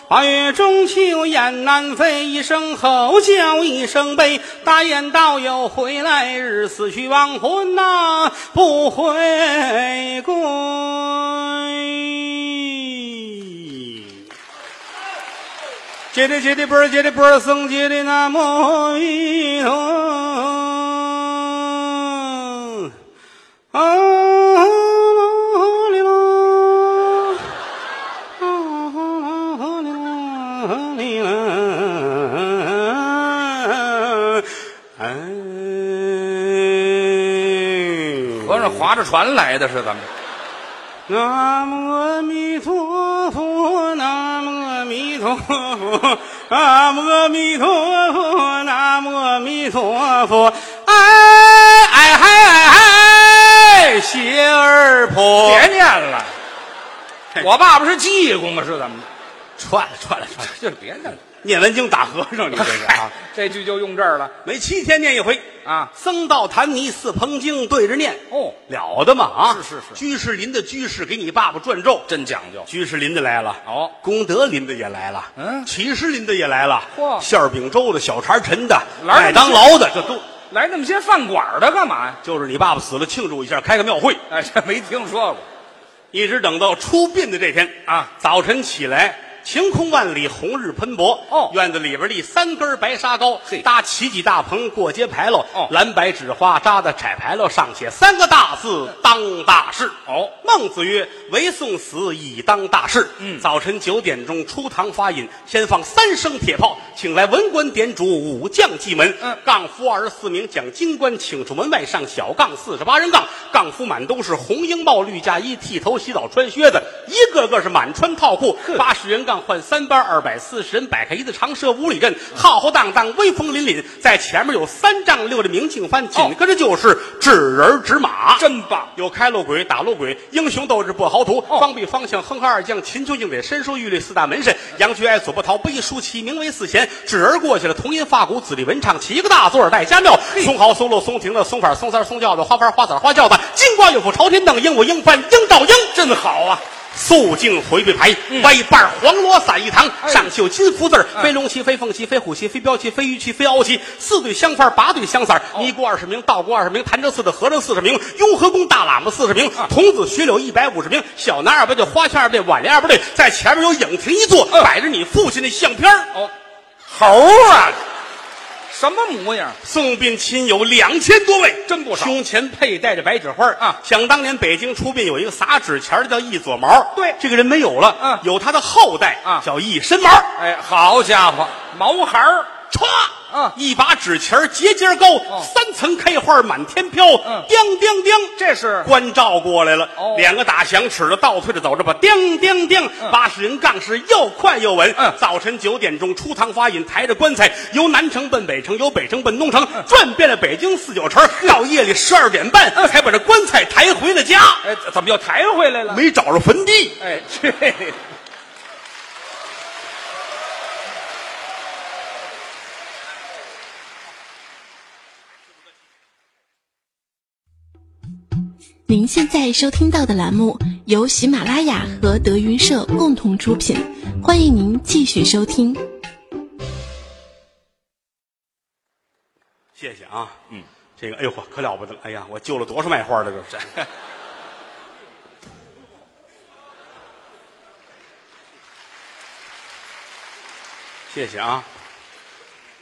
[SPEAKER 2] 八月中秋雁南飞，一声吼叫一声悲。大雁道友回来日，死去亡魂呐、不回归。接的接的波儿，接的波儿，僧接的那么一头。啊，里啦，啊，里啦，里啦，哎，
[SPEAKER 3] 和尚划着船来的是怎么？
[SPEAKER 2] 南无阿弥陀佛，南无阿弥陀佛，南无阿弥陀佛，南无阿弥陀佛。哎哎嗨哎嗨，鞋儿破，
[SPEAKER 3] 别念了，我爸爸是济公啊，是怎么的？
[SPEAKER 2] 串了串了串了。
[SPEAKER 3] 这别念了，
[SPEAKER 2] 念完经打和尚，你这是啊
[SPEAKER 3] 嗨？， 这句就用这儿了
[SPEAKER 2] 每七天念一回
[SPEAKER 3] 啊。
[SPEAKER 2] 僧道坛尼四棚经对着念，
[SPEAKER 3] 哦，
[SPEAKER 2] 了得嘛啊！
[SPEAKER 3] 是是是
[SPEAKER 2] 居士林的居士给你爸爸转咒，
[SPEAKER 3] 真讲究。
[SPEAKER 2] 居士林的来了，
[SPEAKER 3] 哦
[SPEAKER 2] 功德林的也来了，
[SPEAKER 3] 嗯
[SPEAKER 2] 起士林的也来了，
[SPEAKER 3] 嚯
[SPEAKER 2] 馅儿饼粥的、小茶陈的、
[SPEAKER 3] 哪儿那么
[SPEAKER 2] 麦当劳的，这都
[SPEAKER 3] 来那么些饭馆的干嘛呀？
[SPEAKER 2] 就是你爸爸死了庆祝一下，开个庙会，
[SPEAKER 3] 哎，这没听说过。
[SPEAKER 2] 一直等到出殡的这天
[SPEAKER 3] 啊
[SPEAKER 2] 早晨起来。晴空万里，红日喷薄。
[SPEAKER 3] 哦
[SPEAKER 2] 院子里边立三根白沙高
[SPEAKER 3] 嘿，
[SPEAKER 2] 搭起几大棚过街牌楼。
[SPEAKER 3] 哦
[SPEAKER 2] 蓝白纸花扎的彩牌楼上写三个大字：当大事。
[SPEAKER 3] 哦，
[SPEAKER 2] 孟子曰：“唯送死，以当大事。”嗯，早晨九点钟出堂发引，先放三声铁炮，请来文官点主，武将祭门。
[SPEAKER 3] 嗯
[SPEAKER 2] 杠夫二十四名将金冠请出门外上小杠四十八人杠，杠夫满都是红缨帽、绿嫁衣、剃头、洗澡、穿靴子，一个个是满穿套裤。八十人杠换三班，二百四十人摆开一字长蛇五里阵，浩浩荡荡，威风凛凛。在前面有三丈六的明镜幡，紧跟着就是纸人纸马，
[SPEAKER 3] 真棒
[SPEAKER 2] 有开路鬼、打路鬼，英雄斗志不豪图，
[SPEAKER 3] 哦
[SPEAKER 2] 方必方向，哼哈二将，秦琼、应得、申叔、玉立四大门神，杨居爱、左伯桃、背书齐名为四贤，指儿过去了，铜音发鼓，紫隶文唱，七个大座儿带家庙，松毫、松露、松亭子、松法、松三、松轿子，花幡、花伞、花轿子，金瓜玉斧、朝天凳，鹦鹉、鹰翻、鹰照鹰，真好啊！嗯肃静回避牌，歪瓣黄罗伞一堂，上绣金福字儿，
[SPEAKER 3] 嗯
[SPEAKER 2] 飞龙旗、飞凤旗、飞虎旗、飞镖旗、飞鱼旗、飞鳌旗，四对香幡，八对香色
[SPEAKER 3] 哦
[SPEAKER 2] 儿，尼姑二十名，道姑二十名，潭柘寺的和尚四十名，雍和宫大喇嘛四十名，
[SPEAKER 3] 嗯
[SPEAKER 2] 童子学柳一百五十名，小男二百队，花圈二百队，挽联二百队，在前面有影亭一座，摆着你父亲的相片儿
[SPEAKER 3] 哦，嗯猴啊，什么模样？
[SPEAKER 2] 送殡亲友两千多位，
[SPEAKER 3] 真不少
[SPEAKER 2] 胸前佩戴着白纸花儿
[SPEAKER 3] 啊
[SPEAKER 2] 想当年北京出殡有一个撒纸钱儿的叫一撮毛，
[SPEAKER 3] 对
[SPEAKER 2] 这个人没有了，
[SPEAKER 3] 嗯
[SPEAKER 2] 有他的后代
[SPEAKER 3] 啊
[SPEAKER 2] 叫一身毛，
[SPEAKER 3] 哎，好家伙，毛孩儿，
[SPEAKER 2] 歘，
[SPEAKER 3] 嗯
[SPEAKER 2] 一把纸钱儿节节高，三层开花满天飘，
[SPEAKER 3] 嗯
[SPEAKER 2] 叮叮叮。
[SPEAKER 3] 这是
[SPEAKER 2] 关照过来了，
[SPEAKER 3] 哦
[SPEAKER 2] 两个打响尺的倒退着走着吧，叮叮叮，八十人杠是又快又稳。
[SPEAKER 3] 嗯
[SPEAKER 2] 早晨九点钟出堂发引，抬着棺材由南城奔北城，由北城奔东城，转遍了北京四九城，到夜里十二点半才把这棺材抬回了家，
[SPEAKER 3] 哎，怎么又抬回来了？
[SPEAKER 2] 没找着坟地。
[SPEAKER 3] 哎， 这
[SPEAKER 4] 您现在收听到的栏目由喜马拉雅和德云社共同出品，欢迎您继续收听。
[SPEAKER 2] 谢谢啊，嗯，这个哎呦呵，可了不得了！哎呀，我救了多少卖花的这 是。谢谢啊，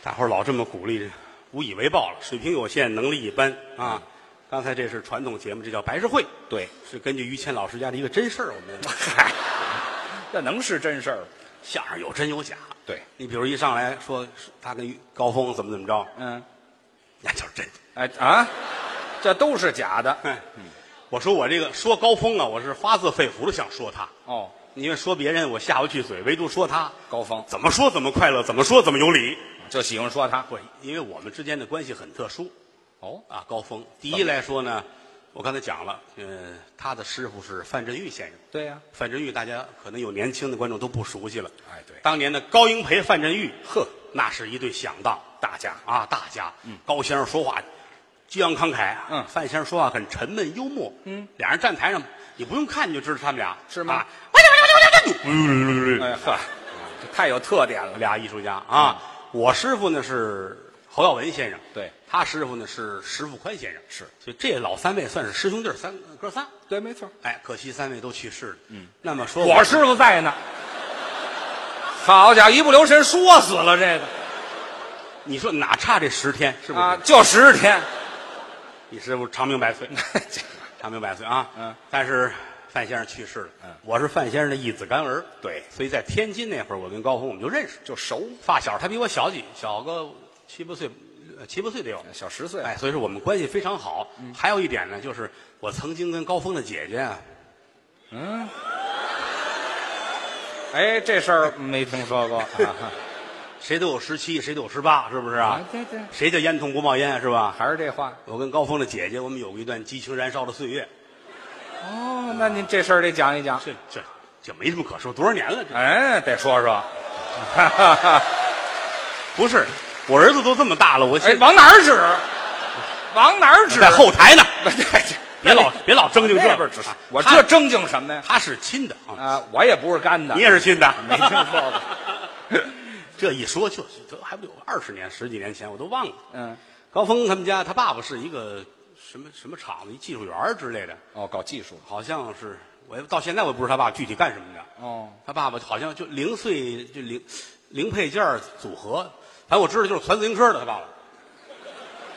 [SPEAKER 2] 大伙儿老这么鼓励，无以为报了。水平有限，能力一般啊。刚才这是传统节目，这叫白事会，
[SPEAKER 3] 对，
[SPEAKER 2] 是根据于谦老师家的一个真事儿。我 们
[SPEAKER 3] 嗨，这能是真事儿吗？
[SPEAKER 2] 相声有真有假，
[SPEAKER 3] 对
[SPEAKER 2] 你比如一上来说他跟于高峰怎么怎么着，
[SPEAKER 3] 嗯，
[SPEAKER 2] 那就是真的。
[SPEAKER 3] 哎啊，这都是假的。
[SPEAKER 2] 哎，我说我这个说高峰啊，我是发自肺腑的想说他，
[SPEAKER 3] 哦，
[SPEAKER 2] 因为说别人我下不去嘴，唯独说他，
[SPEAKER 3] 高峰
[SPEAKER 2] 怎么说怎么快乐，怎么说怎么有理。
[SPEAKER 3] 就喜欢说他。
[SPEAKER 2] 不，因为我们之间的关系很特殊
[SPEAKER 3] 哦，
[SPEAKER 2] 啊。高峰，第一来说呢，我刚才讲了，嗯、他的师傅是范振钰先生。
[SPEAKER 3] 对呀、
[SPEAKER 2] 范振钰大家可能有年轻的观众都不熟悉了。
[SPEAKER 3] 哎对
[SPEAKER 2] 当年的高英培、范振钰，呵，那是一对响当大家啊，大家。嗯，高先生说话激昂慷慨，啊
[SPEAKER 3] 嗯
[SPEAKER 2] 范先生说话很沉闷幽默，嗯，俩人站台上，你不用看你就知道他们俩
[SPEAKER 3] 是吗
[SPEAKER 2] 啊喂喂喂喂喂喂
[SPEAKER 3] 哎呵，这太有特点了。
[SPEAKER 2] 俩艺术家啊，我师傅呢是侯耀文先生，
[SPEAKER 3] 嗯对
[SPEAKER 2] 他师傅呢是石富宽先生，
[SPEAKER 3] 是，
[SPEAKER 2] 所以这老三位算是师兄弟儿三哥仨。
[SPEAKER 3] 对，没错。
[SPEAKER 2] 哎，可惜三位都去世了。嗯，那么说
[SPEAKER 3] 我师傅在呢。好家伙，一不留神说死了这个
[SPEAKER 2] 你说哪差这十天是不是？
[SPEAKER 3] 啊，就十天。
[SPEAKER 2] 你师傅长命百 岁，长命百岁啊！
[SPEAKER 3] 嗯，
[SPEAKER 2] 但是范先生去世了。
[SPEAKER 3] 嗯，
[SPEAKER 2] 我是范先生的一子干儿。
[SPEAKER 3] 对
[SPEAKER 2] 所以在天津那会儿，我跟高峰我们就认识，
[SPEAKER 3] 就熟，
[SPEAKER 2] 发小，他比我小几小个七八岁，呃七八岁得有。
[SPEAKER 3] 小十岁。
[SPEAKER 2] 哎，所以说我们关系非常好。
[SPEAKER 3] 嗯
[SPEAKER 2] 还有一点呢，就是我曾经跟高峰的姐姐啊，
[SPEAKER 3] 哎，这事儿没听说过。 啊
[SPEAKER 2] 谁都有十七，谁都有十八，是不是啊？
[SPEAKER 3] 对对，
[SPEAKER 2] 谁叫烟筒不冒烟是 吧？
[SPEAKER 3] 还是这话。
[SPEAKER 2] 我跟高峰的姐姐，我们有过一段激情燃烧的岁月。
[SPEAKER 3] 哦，那您这事儿得讲一讲。
[SPEAKER 2] 这这这没什么可说，多少年了？这
[SPEAKER 3] 哎，得说说。
[SPEAKER 2] 不是，我儿子都这么大了，我
[SPEAKER 3] 哎，往哪儿指？往哪儿指？
[SPEAKER 2] 在 后台呢，别
[SPEAKER 3] 别
[SPEAKER 2] 老别老正经这
[SPEAKER 3] 那边
[SPEAKER 2] 个
[SPEAKER 3] 儿指。我
[SPEAKER 2] 他
[SPEAKER 3] 这正经什么呀？
[SPEAKER 2] 他是亲的啊，
[SPEAKER 3] 啊，我也不是干的。
[SPEAKER 2] 你也是亲的，
[SPEAKER 3] 没听说过。
[SPEAKER 2] 这一说就这还不有二十年、十几年前，我都忘了。
[SPEAKER 3] 嗯，
[SPEAKER 2] 高峰他们家，他爸爸是一个什么什么厂子，一技术员儿之类的，
[SPEAKER 3] 哦，搞技术的。
[SPEAKER 2] 好像是我也到现在我也不知道他爸具体干什么的。
[SPEAKER 3] 哦，
[SPEAKER 2] 他爸爸好像就零碎就零零配件儿组合，反正我知道就是传自行车的，他爸爸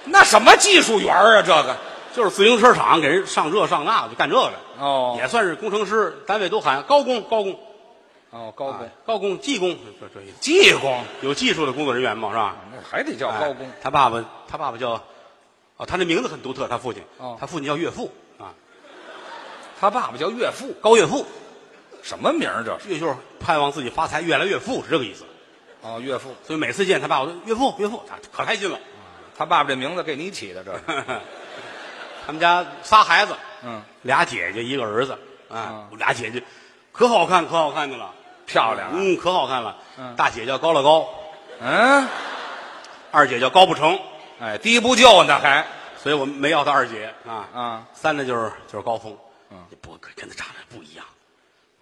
[SPEAKER 3] 那什么技术员儿啊？这个
[SPEAKER 2] 就是自行车厂给人上这上那，就干这个。
[SPEAKER 3] 哦
[SPEAKER 2] 也算是工程师，单位都喊高工高工。
[SPEAKER 3] 哦，高
[SPEAKER 2] 啊高工、技工，这这这
[SPEAKER 3] 技工，
[SPEAKER 2] 有技术的工作人员嘛，是吧？
[SPEAKER 3] 那还得叫高工
[SPEAKER 2] 哎。他爸爸，他爸爸叫，哦，他这名字很独特，他父亲，
[SPEAKER 3] 哦
[SPEAKER 2] 他父亲叫岳父啊，
[SPEAKER 3] 他爸爸叫岳父，
[SPEAKER 2] 高岳父，
[SPEAKER 3] 什么名儿这是？
[SPEAKER 2] 岳就是盼望自己发财越来越富是这个意思。
[SPEAKER 3] 哦，岳父，
[SPEAKER 2] 所以每次见他爸，我都岳父岳父，啊可开心了。
[SPEAKER 3] 他爸爸这名字给你起的，这是
[SPEAKER 2] 他们家仨孩子，
[SPEAKER 3] 嗯，
[SPEAKER 2] 俩姐姐一个儿子，啊，我俩姐姐可好看可好看的了，
[SPEAKER 3] 漂亮啊。
[SPEAKER 2] 嗯，可好看了。
[SPEAKER 3] 嗯
[SPEAKER 2] 大姐叫高乐高，
[SPEAKER 3] 嗯，
[SPEAKER 2] 二姐叫高不成，
[SPEAKER 3] 哎，低不就呢还
[SPEAKER 2] 所以我们没要他二姐啊。
[SPEAKER 3] 啊？
[SPEAKER 2] 三呢就是就是高峰，
[SPEAKER 3] 嗯，
[SPEAKER 2] 不跟跟他长得不一样，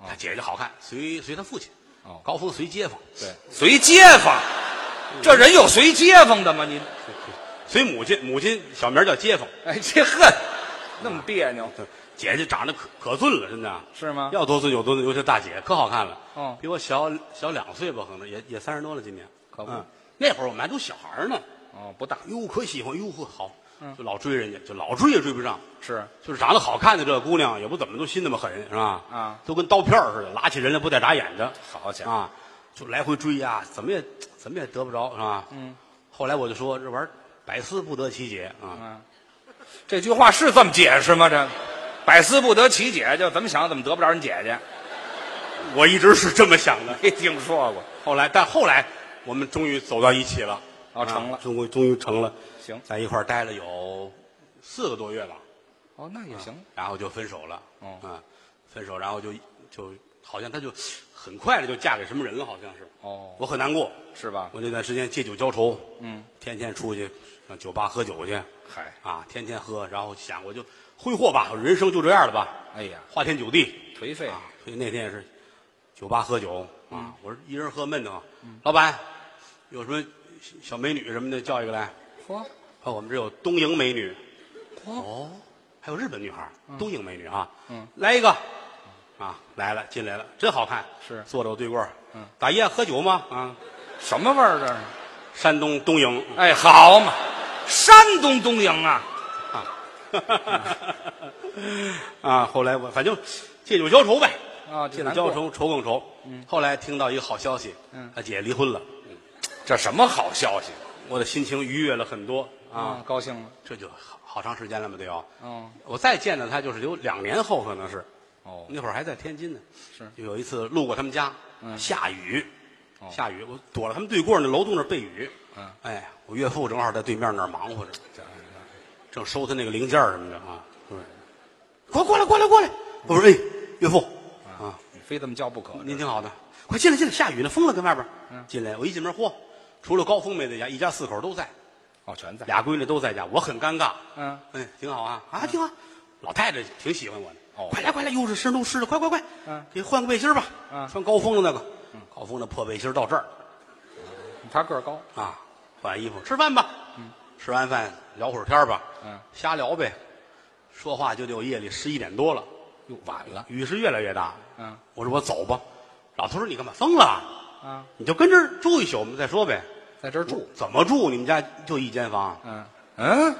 [SPEAKER 2] 他姐姐好看，随随他父亲，
[SPEAKER 3] 哦
[SPEAKER 2] 高峰随街坊，
[SPEAKER 3] 对，随街坊，这人有随街坊的吗？您
[SPEAKER 2] 随母亲，母亲小名叫街坊，
[SPEAKER 3] 哎，这恨那么别扭，
[SPEAKER 2] 对姐姐长得可可俊了，真的
[SPEAKER 3] 是吗
[SPEAKER 2] 要多俊有多俊，尤其大姐可好看了，
[SPEAKER 3] 哦
[SPEAKER 2] 比我小小两岁吧，可能也也三十多了，今年
[SPEAKER 3] 可不
[SPEAKER 2] 嗯那会儿我们还都小孩呢，
[SPEAKER 3] 哦，不大
[SPEAKER 2] 哟可喜欢，哟呵好，
[SPEAKER 3] 嗯
[SPEAKER 2] 就老追人家，就老追也追不上。
[SPEAKER 3] 是啊
[SPEAKER 2] 就是长得好看的这姑娘，也不怎么都心那么狠，是吧？
[SPEAKER 3] 啊
[SPEAKER 2] 都跟刀片儿似的，拉起人来不带眨眼的。
[SPEAKER 3] 好家伙
[SPEAKER 2] 啊，就来回追呀、怎么也怎么也得不着，是吧？嗯。后来我就说，这玩意儿百思不得其解啊。
[SPEAKER 3] 啊。这句话是这么解释吗？这个百思不得其解，就怎么想怎么得不着人姐姐，
[SPEAKER 2] 我一直是这么想的。
[SPEAKER 3] 没听说过。
[SPEAKER 2] 后来，但后来我们终于走到一起了，
[SPEAKER 3] 哦成了
[SPEAKER 2] 啊终于终于成了。
[SPEAKER 3] 行
[SPEAKER 2] 在一块儿待了有四个多月吧，
[SPEAKER 3] 哦，那也行。
[SPEAKER 2] 然后就分手了。
[SPEAKER 3] 哦
[SPEAKER 2] 啊，分手，然后就就好像她就很快的就嫁给什么人了，好像是。
[SPEAKER 3] 哦
[SPEAKER 2] 我很难过。
[SPEAKER 3] 是吧？
[SPEAKER 2] 我那段时间借酒浇愁，
[SPEAKER 3] 嗯，
[SPEAKER 2] 天天出去上酒吧喝酒去，
[SPEAKER 3] 嗨
[SPEAKER 2] 啊，天天喝，然后想我就挥霍吧，人生就这样了吧，
[SPEAKER 3] 哎呀，
[SPEAKER 2] 花天酒地
[SPEAKER 3] 颓废
[SPEAKER 2] 啊。所以那天也是酒吧喝酒
[SPEAKER 3] 嗯
[SPEAKER 2] 啊，我说一人喝闷得慌。老板，有什么小美女什么的叫一个来？
[SPEAKER 3] 嚯，
[SPEAKER 2] 啊，我们这有东瀛美女，哦，还有日本女孩，东瀛美女啊，
[SPEAKER 3] 嗯，
[SPEAKER 2] 来一个，啊，来了，进来了，真好看，
[SPEAKER 3] 是
[SPEAKER 2] 坐着我对过，嗯，打爷喝酒吗？啊，
[SPEAKER 3] 什么味儿这是？
[SPEAKER 2] 山东东瀛，
[SPEAKER 3] 哎，好嘛，山东东营啊，
[SPEAKER 2] 啊，后来我反正借酒浇愁呗，
[SPEAKER 3] 啊
[SPEAKER 2] 借酒浇愁，愁更愁。后来听到一个好消息，
[SPEAKER 3] 嗯
[SPEAKER 2] 他姐离婚了，
[SPEAKER 3] 这什么好消息
[SPEAKER 2] 我的心情愉悦了很多啊，，
[SPEAKER 3] 高兴了，
[SPEAKER 2] 这就好好长时间了嘛，得有。
[SPEAKER 3] 嗯，
[SPEAKER 2] 我再见到他就是有两年后，可能是
[SPEAKER 3] 哦，
[SPEAKER 2] 那会儿还在天津呢。
[SPEAKER 3] 是
[SPEAKER 2] 就有一次路过他们家，
[SPEAKER 3] 嗯哦
[SPEAKER 2] 下雨，下雨，我躲到他们对过那楼栋那儿避雨。
[SPEAKER 3] 嗯
[SPEAKER 2] 哎，我岳父正好在对面那儿忙活着，正收他那个零件儿什么的啊。对，过过来过来过来。我说哎，岳父啊，
[SPEAKER 3] 你非这么叫不可。
[SPEAKER 2] 您挺好的，快进来进来，下雨了，疯了，跟外边。
[SPEAKER 3] 嗯
[SPEAKER 2] 进来，我一进门，嚯，除了高峰没在家，一家四口都在，
[SPEAKER 3] 哦，全在。
[SPEAKER 2] 俩闺女都在家，我很尴尬。
[SPEAKER 3] 嗯
[SPEAKER 2] 嗯，挺好啊啊，挺好。老太太挺喜欢我的。
[SPEAKER 3] 哦
[SPEAKER 2] 快来快来，哟，这身都湿了，快快快，
[SPEAKER 3] 嗯，
[SPEAKER 2] 给换个背心吧。
[SPEAKER 3] 嗯
[SPEAKER 2] 穿高峰的那个，高峰的破背心到这儿
[SPEAKER 3] 他个儿高，
[SPEAKER 2] 啊，换衣服，吃饭吧。嗯，吃完饭聊会儿天儿吧。
[SPEAKER 3] 嗯，
[SPEAKER 2] 瞎聊呗，说话就得有夜里十一点多了。
[SPEAKER 3] 哟，晚了。
[SPEAKER 2] 雨是越来越大。
[SPEAKER 3] 嗯，
[SPEAKER 2] 我说我走吧。老头说你干嘛疯了？
[SPEAKER 3] 啊，
[SPEAKER 2] 你就跟这儿住一宿，我们再说呗。
[SPEAKER 3] 在这儿住。
[SPEAKER 2] 怎么住？你们家就一间房？
[SPEAKER 3] 嗯嗯，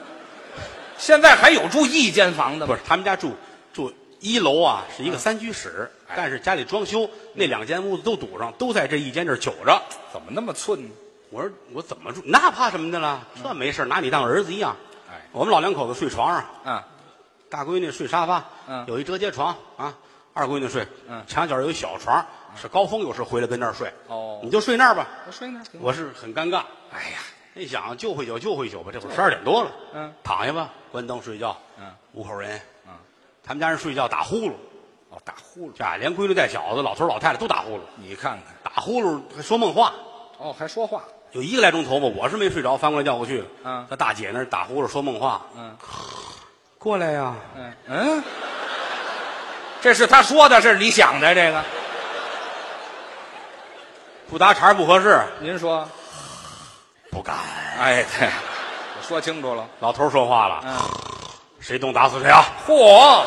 [SPEAKER 3] 现在还有住一间房的
[SPEAKER 2] 呃不
[SPEAKER 3] 吗？
[SPEAKER 2] 是，他们家住住一楼啊，是一个三居室，
[SPEAKER 3] 嗯哎
[SPEAKER 2] 但是家里装修，那两间屋子都堵上，都在这一间这儿久着。
[SPEAKER 3] 怎么那么寸呢？
[SPEAKER 2] 我说我怎么住？那怕什么的了？这没事儿拿你当儿子一样。
[SPEAKER 3] 嗯哎
[SPEAKER 2] 我们老两口子睡床上，
[SPEAKER 3] 啊，
[SPEAKER 2] 大闺女睡沙发，
[SPEAKER 3] 嗯
[SPEAKER 2] 有一折叠床啊，二闺女睡，
[SPEAKER 3] 嗯
[SPEAKER 2] 墙角有一小床，是高峰有时回来跟那儿睡，
[SPEAKER 3] 哦
[SPEAKER 2] 你就睡那儿吧。
[SPEAKER 3] 我睡那儿。
[SPEAKER 2] 我是很尴尬，
[SPEAKER 3] 哎呀，
[SPEAKER 2] 一想就会酒就会酒吧，这会儿十二点多了，
[SPEAKER 3] 嗯，
[SPEAKER 2] 躺下吧，关灯睡觉，
[SPEAKER 3] 嗯，
[SPEAKER 2] 五口人，
[SPEAKER 3] 嗯，
[SPEAKER 2] 他们家人睡觉打呼噜，
[SPEAKER 3] 哦，打呼噜。
[SPEAKER 2] 这俩连闺女带小子，老头老太太都打呼噜，
[SPEAKER 3] 你看看，
[SPEAKER 2] 打呼噜还说梦话，
[SPEAKER 3] 哦，还说话。
[SPEAKER 2] 有一个来钟头吧，我是没睡着，翻过来叫过去了，
[SPEAKER 3] 嗯
[SPEAKER 2] 他大姐那儿打呼噜说梦话，
[SPEAKER 3] 嗯，
[SPEAKER 2] 过来呀、
[SPEAKER 3] 嗯嗯，这是他说的，这是你想的。这个，
[SPEAKER 2] 不搭茬儿不合适，
[SPEAKER 3] 您说？
[SPEAKER 2] 不敢。
[SPEAKER 3] 哎，对，我说清楚了。
[SPEAKER 2] 老头儿说话了，
[SPEAKER 3] 嗯，
[SPEAKER 2] 谁动打死谁啊！
[SPEAKER 3] 嚯，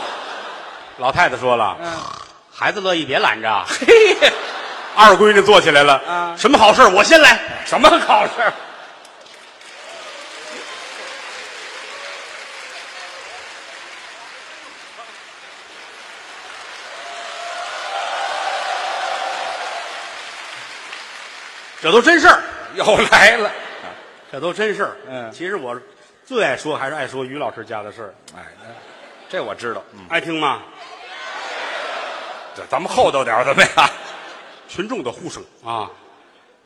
[SPEAKER 2] 老太太说了，
[SPEAKER 3] 嗯，
[SPEAKER 2] 孩子乐意别拦着。
[SPEAKER 3] 嘿，
[SPEAKER 2] 二闺女坐起来了，
[SPEAKER 3] 啊
[SPEAKER 2] 什么好事儿我先来。
[SPEAKER 3] 什么考试？
[SPEAKER 2] 这都真事儿，
[SPEAKER 3] 又来了。
[SPEAKER 2] 这都真事儿。
[SPEAKER 3] 嗯
[SPEAKER 2] 其实我最爱说还是爱说于老师家的事儿，
[SPEAKER 3] 哎，这我知道。嗯，
[SPEAKER 2] 爱听吗？
[SPEAKER 3] 这咱们厚道点儿怎么样？
[SPEAKER 2] 群众的 呼声啊，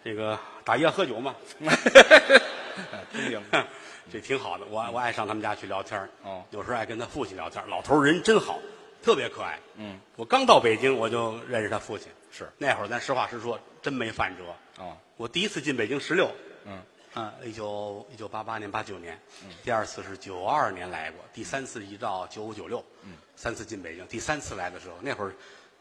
[SPEAKER 2] 这个打夜喝酒嘛，
[SPEAKER 3] 哎听明白。
[SPEAKER 2] 哼这挺好的。我我爱上他们家去聊天儿
[SPEAKER 3] 哦
[SPEAKER 2] 有时候爱跟他父亲聊天儿老头儿人真好，特别可爱。嗯，我刚到北京我就认识他父亲，
[SPEAKER 3] 是
[SPEAKER 2] 那会儿咱实话实说，真没饭辙。
[SPEAKER 3] 哦，
[SPEAKER 2] 我第一次进北京十六，
[SPEAKER 3] 嗯，
[SPEAKER 2] 啊，一九一九八八年、八九年，第二次是九二年来过，第三次一到九五九六，
[SPEAKER 3] 嗯
[SPEAKER 2] 三次进北京，第三次来的时候，那会儿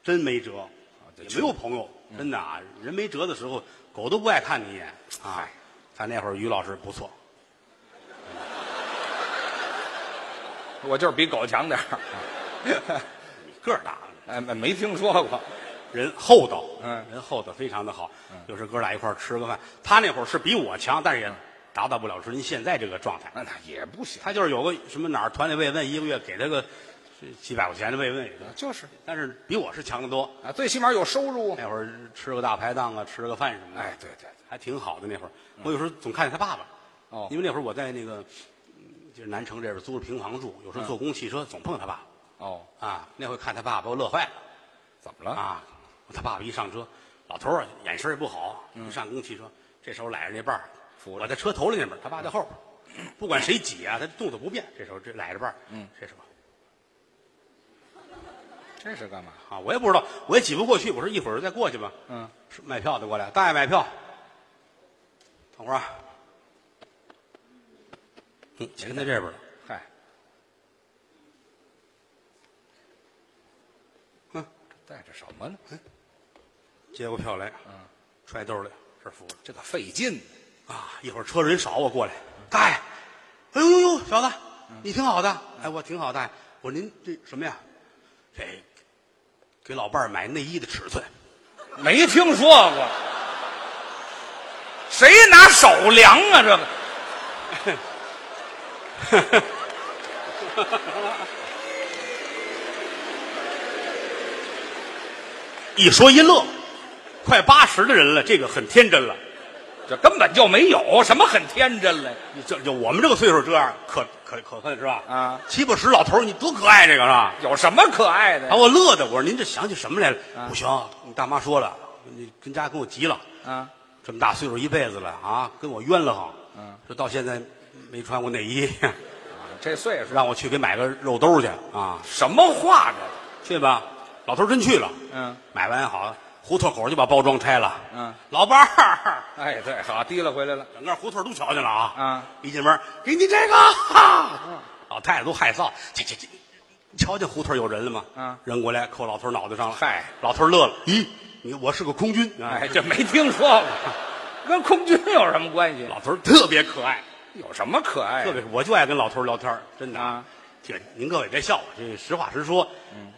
[SPEAKER 2] 真没辙，
[SPEAKER 3] 啊这嗯
[SPEAKER 2] 也没有朋友，真的啊，人没辙的时候，狗都不爱看你一眼啊。咱那会儿于老师不错，
[SPEAKER 3] 我就是比狗强点儿。
[SPEAKER 2] 个儿大，
[SPEAKER 3] 哎，没没听说过。
[SPEAKER 2] 人厚道，
[SPEAKER 3] 嗯
[SPEAKER 2] 人厚道非常的好。有时哥俩一块儿吃个饭，他那会儿是比我强，但是
[SPEAKER 3] 嗯
[SPEAKER 2] 也达到不了您现在这个状态。
[SPEAKER 3] 那那也不行，
[SPEAKER 2] 他就是有个什么哪儿团里慰问，一个月给他个是几百块钱的慰问，
[SPEAKER 3] 就是
[SPEAKER 2] 但是比我是强得多。
[SPEAKER 3] 啊，最起码有收入啊。
[SPEAKER 2] 那会儿吃个大排档啊，吃个饭什么的，
[SPEAKER 3] 哎，对对，
[SPEAKER 2] 还挺好的。那会儿我有时候总看见他爸爸，
[SPEAKER 3] 哦
[SPEAKER 2] 因为那会儿我在那个嗯就是南城这边租着平房住，有
[SPEAKER 3] 嗯
[SPEAKER 2] 时候坐公共汽车总碰见他爸
[SPEAKER 3] 哦，
[SPEAKER 2] 爸啊。那回看他爸爸，我乐坏了。
[SPEAKER 3] 怎么了？
[SPEAKER 2] 啊，他爸爸一上车，老头儿啊眼神儿也不好，一上公汽车，这手揽着那把儿，
[SPEAKER 3] 嗯扶着嗯
[SPEAKER 2] 我在车头里那边儿，他爸在后边儿，不管谁挤啊，他动作不变，这手这揽着把儿，这手
[SPEAKER 3] 这是干嘛？
[SPEAKER 2] 啊，我也不知道，我也挤不过去，我说一会儿再过去吧，
[SPEAKER 3] 嗯，
[SPEAKER 2] 是卖票的过来，大爷买票，等会儿啊，嗯，钱在这边儿了，
[SPEAKER 3] 嗨，嗯
[SPEAKER 2] 哼，
[SPEAKER 3] 带着什么呢？
[SPEAKER 2] 接过票来，揣兜里，这儿扶着。
[SPEAKER 3] 这个费劲，
[SPEAKER 2] 啊，一会儿车人少，我过来，大爷，哎呦呦呦，小子，你挺好的，哎，我挺好，大爷，我说您这什么呀？这给老伴儿买内衣的尺寸，
[SPEAKER 3] 没听说过。谁拿手量啊？这个
[SPEAKER 2] 一说一乐，快八十的人了，这个很天真了，
[SPEAKER 3] 这根本就没有什么很天真嘞。
[SPEAKER 2] 你这就我们这个岁数这样，可可可恨是吧？
[SPEAKER 3] 啊
[SPEAKER 2] 七八十老头儿你多可爱，这个是吧？
[SPEAKER 3] 有什么可爱的
[SPEAKER 2] 把
[SPEAKER 3] 呀？
[SPEAKER 2] 我乐的，我说您这想起什么来了？不行，你大妈说了，你跟家跟我急了，
[SPEAKER 3] 啊，
[SPEAKER 2] 这么大岁数一辈子了啊，跟我冤了哈，
[SPEAKER 3] 嗯，
[SPEAKER 2] 说到现在没穿过内衣。
[SPEAKER 3] 这岁数
[SPEAKER 2] 让我去给买个肉兜去啊，
[SPEAKER 3] 什么话这？
[SPEAKER 2] 去吧。老头儿真去了，
[SPEAKER 3] 嗯，
[SPEAKER 2] 买完好，胡同口就把包装拆了，
[SPEAKER 3] 嗯，
[SPEAKER 2] 老伴儿，
[SPEAKER 3] 哎，对，好，提了回来了。
[SPEAKER 2] 整个胡同都瞧见了啊，
[SPEAKER 3] 嗯，
[SPEAKER 2] 一进门给你这个，
[SPEAKER 3] 啊
[SPEAKER 2] 哈，老太太都害臊，这这这，你瞧见胡同有人了吗？
[SPEAKER 3] 嗯
[SPEAKER 2] 扔过来扣老头脑袋上了，
[SPEAKER 3] 嗨，
[SPEAKER 2] 老头乐了，咦，你我是个空军，啊
[SPEAKER 3] 哎，这没听说过，跟空军有什么关系？
[SPEAKER 2] 老头儿特别可爱，
[SPEAKER 3] 有什么可爱的？
[SPEAKER 2] 特别是我就爱跟老头儿聊天儿真的
[SPEAKER 3] 哎啊。嗯
[SPEAKER 2] 这您各位别笑我，这实话实说，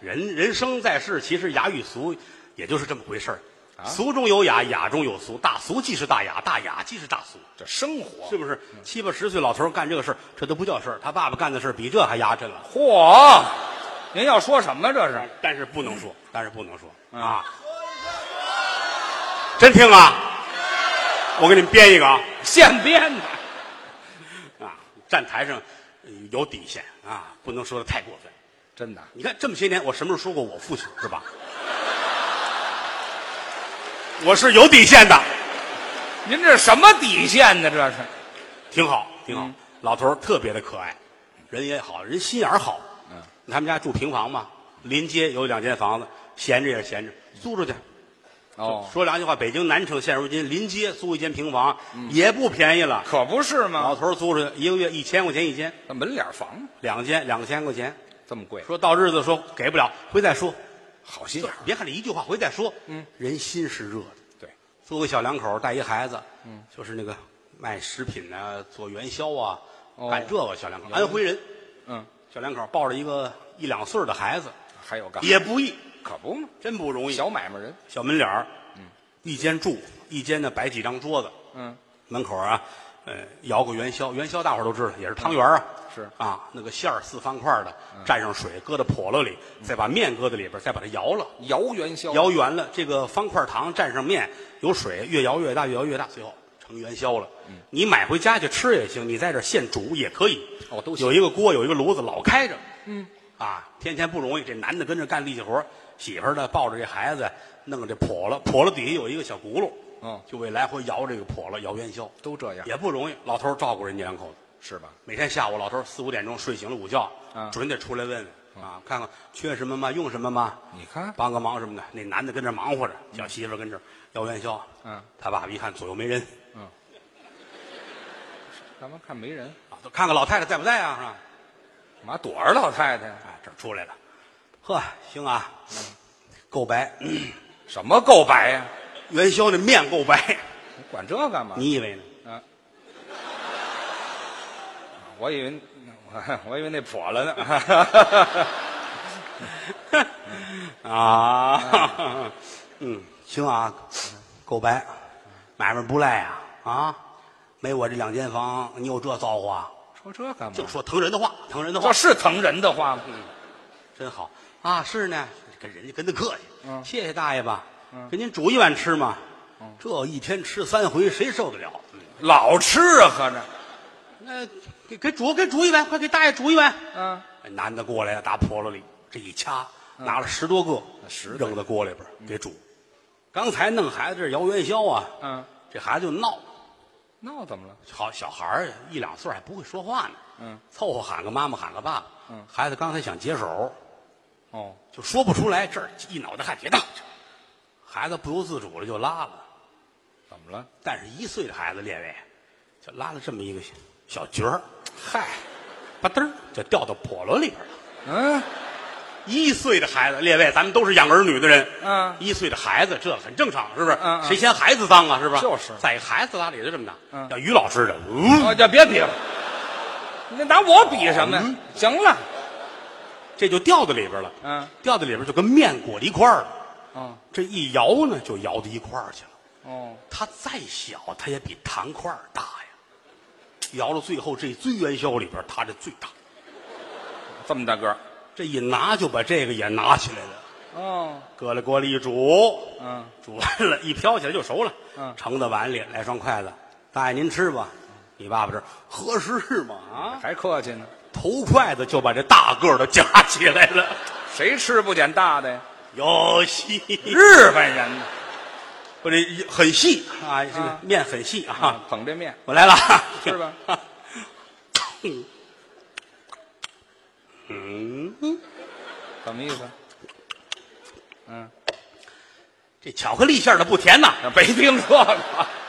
[SPEAKER 2] 人人生在世，其实雅与俗也就是这么回事儿。
[SPEAKER 3] 啊
[SPEAKER 2] 俗中有雅，雅中有俗，大俗即是大雅，大雅即是大俗，
[SPEAKER 3] 这生活
[SPEAKER 2] 是，不是？七八十岁老头儿干这个事儿，这都不叫事儿。他爸爸干的事儿比这还压阵了，
[SPEAKER 3] 嚯！您要说什么这是？
[SPEAKER 2] 但是不能说，但是不能说啊！真听啊！我给你们编一个啊！
[SPEAKER 3] 现编的。
[SPEAKER 2] 啊，站台上呃有底线啊，不能说的太过分。
[SPEAKER 3] 真的，
[SPEAKER 2] 你看这么些年，我什么时候说过我父亲是吧？我是有底线的，
[SPEAKER 3] 您这什么底线呢？这是
[SPEAKER 2] 挺好，挺好。老头儿特别的可爱，人也好，人心眼儿好。嗯，他们家住平房嘛，临街有两间房子，闲着也闲着，租出去。
[SPEAKER 3] 哦，
[SPEAKER 2] 说良心话，北京南城现如今临街租一间平房、也不便宜了。
[SPEAKER 3] 可不是
[SPEAKER 2] 老
[SPEAKER 3] 吗？
[SPEAKER 2] 头儿租出去一个月一千块钱一间，
[SPEAKER 3] 那门脸房
[SPEAKER 2] 两间两千块钱。
[SPEAKER 3] 这么贵，
[SPEAKER 2] 说到日子说给不了，回再说。
[SPEAKER 3] 好心
[SPEAKER 2] 就
[SPEAKER 3] 眼
[SPEAKER 2] 是
[SPEAKER 3] 儿。
[SPEAKER 2] 别看这一句话，回再说。嗯，人心是热的。
[SPEAKER 3] 对，
[SPEAKER 2] 租个小两口儿带一孩子，嗯，就是那个卖食品啊，做元宵啊，
[SPEAKER 3] 哦
[SPEAKER 2] 干这个小两口儿，安徽人，
[SPEAKER 3] 嗯，
[SPEAKER 2] 小两口儿抱着一个一两岁儿的孩子，
[SPEAKER 3] 还有干嘛
[SPEAKER 2] 也不易，
[SPEAKER 3] 可不嘛，
[SPEAKER 2] 真不容易。
[SPEAKER 3] 啊小买卖人。
[SPEAKER 2] 小门脸儿，一间住，一间呢摆几张桌子，
[SPEAKER 3] 嗯，
[SPEAKER 2] 门口儿啊，呃，摇个元宵，元宵大伙儿都知道，也是汤圆儿啊，
[SPEAKER 3] 嗯是嗯
[SPEAKER 2] 啊，那个馅儿四方块儿的，蘸上水，搁到笸箩里，再把面搁在里边儿，再把它摇了。
[SPEAKER 3] 摇元宵，
[SPEAKER 2] 摇圆了，这个方块糖蘸上面有水，越摇越大，越摇越大，最后成元宵了。
[SPEAKER 3] 嗯
[SPEAKER 2] 你买回家去吃也行，你在这儿现煮也可以。
[SPEAKER 3] 哦都行
[SPEAKER 2] 有一个锅，有一个炉子，老开着。嗯，啊，天天不容易，这男的跟着干力气活儿，媳妇儿呢抱着这孩子，弄这笸箩，笸箩底下有一个小轱辘，
[SPEAKER 3] 嗯
[SPEAKER 2] 就为来回摇这个笸箩摇元宵，
[SPEAKER 3] 都这样
[SPEAKER 2] 也不容易。老头儿照顾人家两口子，
[SPEAKER 3] 是吧？
[SPEAKER 2] 每天下午老头儿四五点钟睡醒了午觉，
[SPEAKER 3] 啊
[SPEAKER 2] 准得出来问
[SPEAKER 3] 嗯
[SPEAKER 2] 问啊，看看缺什么吗？用什么吗？
[SPEAKER 3] 你看
[SPEAKER 2] 帮个忙什么的。那男的跟这忙活着，小媳妇儿跟这儿要元宵。
[SPEAKER 3] 嗯，
[SPEAKER 2] 他爸爸一看左右没人，
[SPEAKER 3] 干嘛看没人？
[SPEAKER 2] 啊，都看看老太太在不在啊，是吧？
[SPEAKER 3] 嘛躲着老太太呀？
[SPEAKER 2] 哎，这儿出来了，呵，行啊，够白，嗯
[SPEAKER 3] 什么够白呀？
[SPEAKER 2] 元宵那面够白，
[SPEAKER 3] 你管这干嘛？
[SPEAKER 2] 你以为呢？
[SPEAKER 3] 啊，我以为 我我以为那破了 呢。
[SPEAKER 2] 啊， 嗯，行啊，够白，买卖不赖啊啊，没我这两间房，你有这造化？
[SPEAKER 3] 说这干嘛？
[SPEAKER 2] 就说疼人的话，疼人的话
[SPEAKER 3] 这，是疼人的话吗？
[SPEAKER 2] 真好啊！是呢，跟人家跟他客气，
[SPEAKER 3] 嗯
[SPEAKER 2] 谢谢大爷吧，给您煮一碗吃嘛。这一天吃三回，谁受得了？嗯
[SPEAKER 3] 老吃啊，合着。
[SPEAKER 2] 那给给煮，给煮一碗，快给大爷煮一碗。哎
[SPEAKER 3] 嗯，
[SPEAKER 2] 男的过来了，打笸箩里这一掐，拿了十多个，
[SPEAKER 3] 十嗯多
[SPEAKER 2] 扔到锅里边儿给煮。刚才弄孩子这摇元宵啊，
[SPEAKER 3] 嗯，
[SPEAKER 2] 这孩子就闹，
[SPEAKER 3] 闹怎么了？
[SPEAKER 2] 好小孩儿一两岁还不会说话呢，
[SPEAKER 3] 嗯，
[SPEAKER 2] 凑合喊个妈妈喊个爸爸。
[SPEAKER 3] 嗯
[SPEAKER 2] 孩子刚才想解手，
[SPEAKER 3] 哦，
[SPEAKER 2] 就说不出来，这儿一脑袋汗，别动！孩子不由自主的就拉了，
[SPEAKER 3] 怎么了？
[SPEAKER 2] 但是一岁的孩子列位，就拉了这么一个小角儿，嗨，吧噔儿就掉到笸箩里边了。
[SPEAKER 3] 嗯，
[SPEAKER 2] 一岁的孩子，列位，咱们都是养儿女的人，
[SPEAKER 3] 嗯
[SPEAKER 2] 一岁的孩子这很正常，是不是？
[SPEAKER 3] 嗯嗯
[SPEAKER 2] 谁嫌孩子脏啊？是吧？
[SPEAKER 3] 就是
[SPEAKER 2] 在孩子拉里就这么大，
[SPEAKER 3] 嗯
[SPEAKER 2] 要于老师的，嗯，
[SPEAKER 3] 哦，就别比了，嗯你拿我比什么呀？行了，
[SPEAKER 2] 这就掉到里边了，
[SPEAKER 3] 嗯，
[SPEAKER 2] 掉到里边就跟面裹在一块儿了，
[SPEAKER 3] 哦
[SPEAKER 2] 这一摇呢，就摇到一块儿去了。
[SPEAKER 3] 哦，
[SPEAKER 2] 它再小，它也比糖块儿大呀。摇到最后这尊元宵里边，它这最大。
[SPEAKER 3] 这么大个儿，
[SPEAKER 2] 这一拿就把这个也拿起来了，
[SPEAKER 3] 哦，
[SPEAKER 2] 搁了锅里一煮，
[SPEAKER 3] 嗯，
[SPEAKER 2] 煮完了，一飘起来就熟了。
[SPEAKER 3] 嗯
[SPEAKER 2] 盛到碗里，来双筷子，大爷您吃吧。你爸爸这儿合适吗？啊，
[SPEAKER 3] 还客气呢？
[SPEAKER 2] 头筷子就把这大个儿的夹起来了，
[SPEAKER 3] 谁吃不捡大的呀？
[SPEAKER 2] 有戏，
[SPEAKER 3] 日本人呢
[SPEAKER 2] 我这很细啊，这个
[SPEAKER 3] 啊
[SPEAKER 2] 面很细啊。
[SPEAKER 3] 捧这面，
[SPEAKER 2] 我来了，
[SPEAKER 3] 是吧？
[SPEAKER 2] 嗯嗯，
[SPEAKER 3] 什么意思？嗯，
[SPEAKER 2] 这巧克力馅儿的不甜呐。
[SPEAKER 3] 没听说过。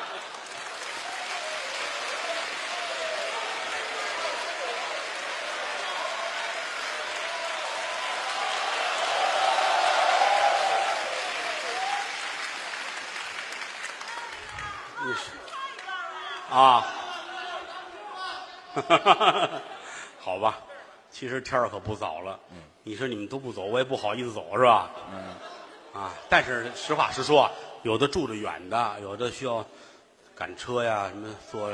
[SPEAKER 2] 啊， 好吧，其实天儿可不早了。你说你们都不走，我也不好意思走，是吧？嗯。啊，但是实话实说啊，有的住着远的，有的需要赶车呀，什么坐。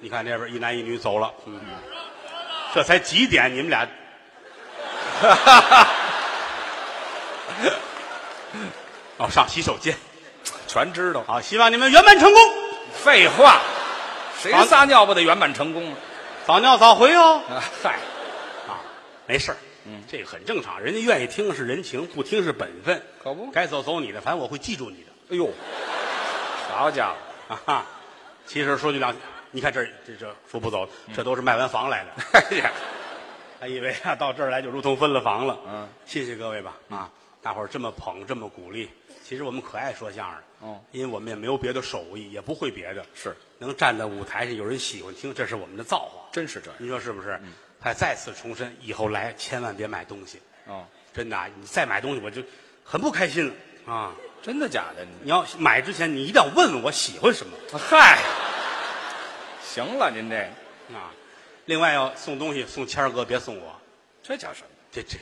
[SPEAKER 2] 你看那边一男一女走了，嗯， 这才几点？你们俩 哦，上洗手间。
[SPEAKER 3] 全知道。
[SPEAKER 2] 好，希望你们圆满成功，
[SPEAKER 3] 废话，谁撒尿不得圆满成功啊？
[SPEAKER 2] 早尿早回哦。
[SPEAKER 3] 啊嗨，
[SPEAKER 2] 啊，没事儿，嗯，这个很正常，人家愿意听是人情，不听是本分，
[SPEAKER 3] 可不
[SPEAKER 2] 该走走你的，反正我会记住你的
[SPEAKER 3] 哎呦，好家伙，
[SPEAKER 2] 啊哈。其实说句良心，你看这儿这这说不走，这都是卖完房来的，
[SPEAKER 3] 哎呀，
[SPEAKER 2] 还以为啊到这儿来就如同分了房了。
[SPEAKER 3] 嗯，
[SPEAKER 2] 谢谢各位吧，啊，大伙儿这么捧，这么鼓励，其实我们可爱说相声了，
[SPEAKER 3] 哦
[SPEAKER 2] 因为我们也没有别的手艺，也不会别的，
[SPEAKER 3] 是
[SPEAKER 2] 能站在舞台上有人喜欢听，这是我们的造化，
[SPEAKER 3] 真是这样
[SPEAKER 2] 你说是不是？还再次重申，以后来千万别买东西，
[SPEAKER 3] 哦，
[SPEAKER 2] 真的啊，你再买东西我就很不开心了啊！
[SPEAKER 3] 真的假的？你
[SPEAKER 2] 你要买之前，你一定要问问我喜欢什么
[SPEAKER 3] 嗨，行了，您这个
[SPEAKER 2] 啊。另外要送东西送谦儿哥，别送我，
[SPEAKER 3] 这叫什么？
[SPEAKER 2] 这这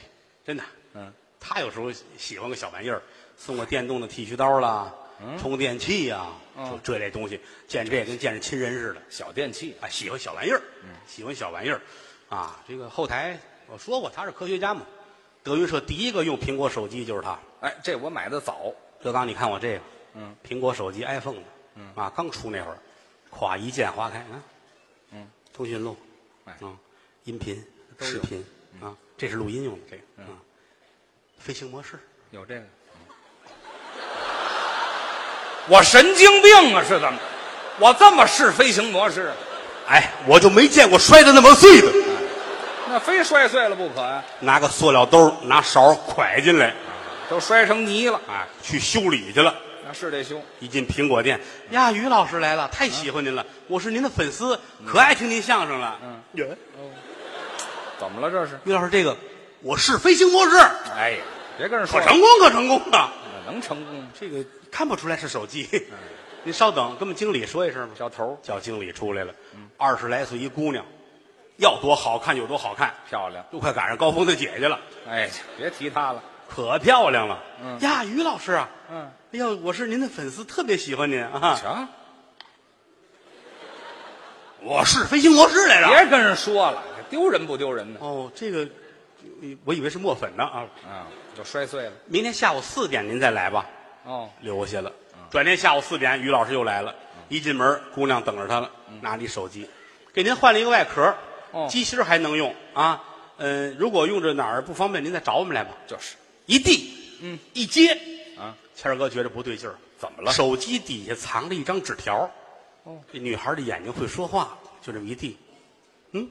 [SPEAKER 2] 真的，
[SPEAKER 3] 嗯，
[SPEAKER 2] 他有时候喜欢个小玩意儿，送个电动的剃须刀啦，充电器呀、就这类东西，见这跟见着亲人似的
[SPEAKER 3] 小电器，
[SPEAKER 2] 啊，喜欢小玩意儿，喜欢小玩意儿啊。这个后台我说过他是科学家嘛，德云社第一个用苹果手机就是他。
[SPEAKER 3] 哎，这我买的早，
[SPEAKER 2] 德刚，你看我这个，嗯，苹果手机 iPhone 的，嗯啊，刚出那会儿，咵一键划开啊，嗯，通讯录，
[SPEAKER 3] 哎
[SPEAKER 2] 嗯，音频、
[SPEAKER 3] 都有
[SPEAKER 2] 视频啊，这是录音用的这个啊，飞行模式，
[SPEAKER 3] 有这个。嗯我神经病啊，是怎么？我这么试飞行模式，
[SPEAKER 2] 哎，我就没见过摔的那么碎的，
[SPEAKER 3] 那非摔碎了不可啊！
[SPEAKER 2] 拿个塑料兜拿勺蒯进来，
[SPEAKER 3] 都摔成泥了，
[SPEAKER 2] 啊，去修理去了。
[SPEAKER 3] 那是得修。
[SPEAKER 2] 一进苹果店，呀，于老师来了，太喜欢您了，我是您的粉丝，可爱听您相声了。
[SPEAKER 3] 嗯
[SPEAKER 2] 嗯，
[SPEAKER 3] 怎么了这是？
[SPEAKER 2] 于老师，这个我是飞行模式，
[SPEAKER 3] 哎呀，别跟人说
[SPEAKER 2] 可
[SPEAKER 3] 了
[SPEAKER 2] 成功，可成功了。
[SPEAKER 3] 能成功吗？
[SPEAKER 2] 这个看不出来是手机。 您稍等，跟我们经理说一声吧。
[SPEAKER 3] 小头
[SPEAKER 2] 叫经理出来了，二十来岁一姑娘，要多好看有多好看，
[SPEAKER 3] 漂亮，
[SPEAKER 2] 都快赶上高峰的姐姐了，
[SPEAKER 3] 哎，别提她了。
[SPEAKER 2] 可漂亮了。呀，于老师啊，
[SPEAKER 3] 嗯，
[SPEAKER 2] 哎呦，我是您的粉丝，特别喜欢您啊。
[SPEAKER 3] 行，
[SPEAKER 2] 我是飞行模式来着。
[SPEAKER 3] 别跟人说了，丢人不丢人呢？
[SPEAKER 2] 哦，这个我以为是墨粉呢啊。
[SPEAKER 3] 啊，就摔碎了。
[SPEAKER 2] 明天下午四点您再来吧。
[SPEAKER 3] 哦，
[SPEAKER 2] 留下了。转天下午四点，于老师又来了。
[SPEAKER 3] 嗯
[SPEAKER 2] 一进门，姑娘等着他了，拿你手机，给您换了一个外壳
[SPEAKER 3] 哦，
[SPEAKER 2] 机芯儿还能用啊。嗯，如果用着哪儿不方便，您再找我们来吧。
[SPEAKER 3] 就是
[SPEAKER 2] 一递，嗯，一接，
[SPEAKER 3] 啊，
[SPEAKER 2] 谦儿哥觉着不对劲儿，
[SPEAKER 3] 怎么了
[SPEAKER 2] 手机底下藏着一张纸条，
[SPEAKER 3] 哦，
[SPEAKER 2] 这女孩的眼睛会说话，就这么一递，嗯，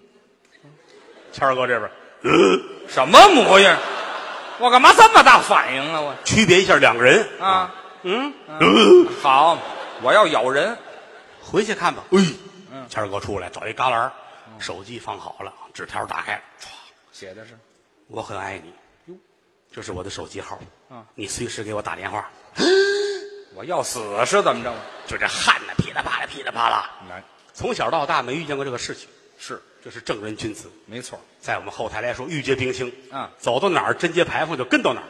[SPEAKER 2] 谦儿哥呃这边
[SPEAKER 3] 什么模样？我干嘛这么大反应啊？我
[SPEAKER 2] 区别一下两个人，
[SPEAKER 3] 啊，
[SPEAKER 2] 嗯，
[SPEAKER 3] 好，我要咬人。
[SPEAKER 2] 回去看吧。
[SPEAKER 3] 嗯
[SPEAKER 2] 哎，谦儿哥出来找一旮旯儿，手机放好了，纸条打开，唰
[SPEAKER 3] 写的是
[SPEAKER 2] 我很爱你，这是我的手机号，
[SPEAKER 3] 嗯
[SPEAKER 2] 你随时给我打电话。
[SPEAKER 3] 我要死是怎么着？
[SPEAKER 2] 就这汗呢，噼里啪啦，噼里啪啦。
[SPEAKER 3] 难
[SPEAKER 2] 从小到大没遇见过这个事情，
[SPEAKER 3] 是
[SPEAKER 2] 这是正人君子，
[SPEAKER 3] 没错，
[SPEAKER 2] 在我们后台来说，玉洁冰清。
[SPEAKER 3] 嗯
[SPEAKER 2] 走到哪儿贞洁牌坊就跟到哪儿，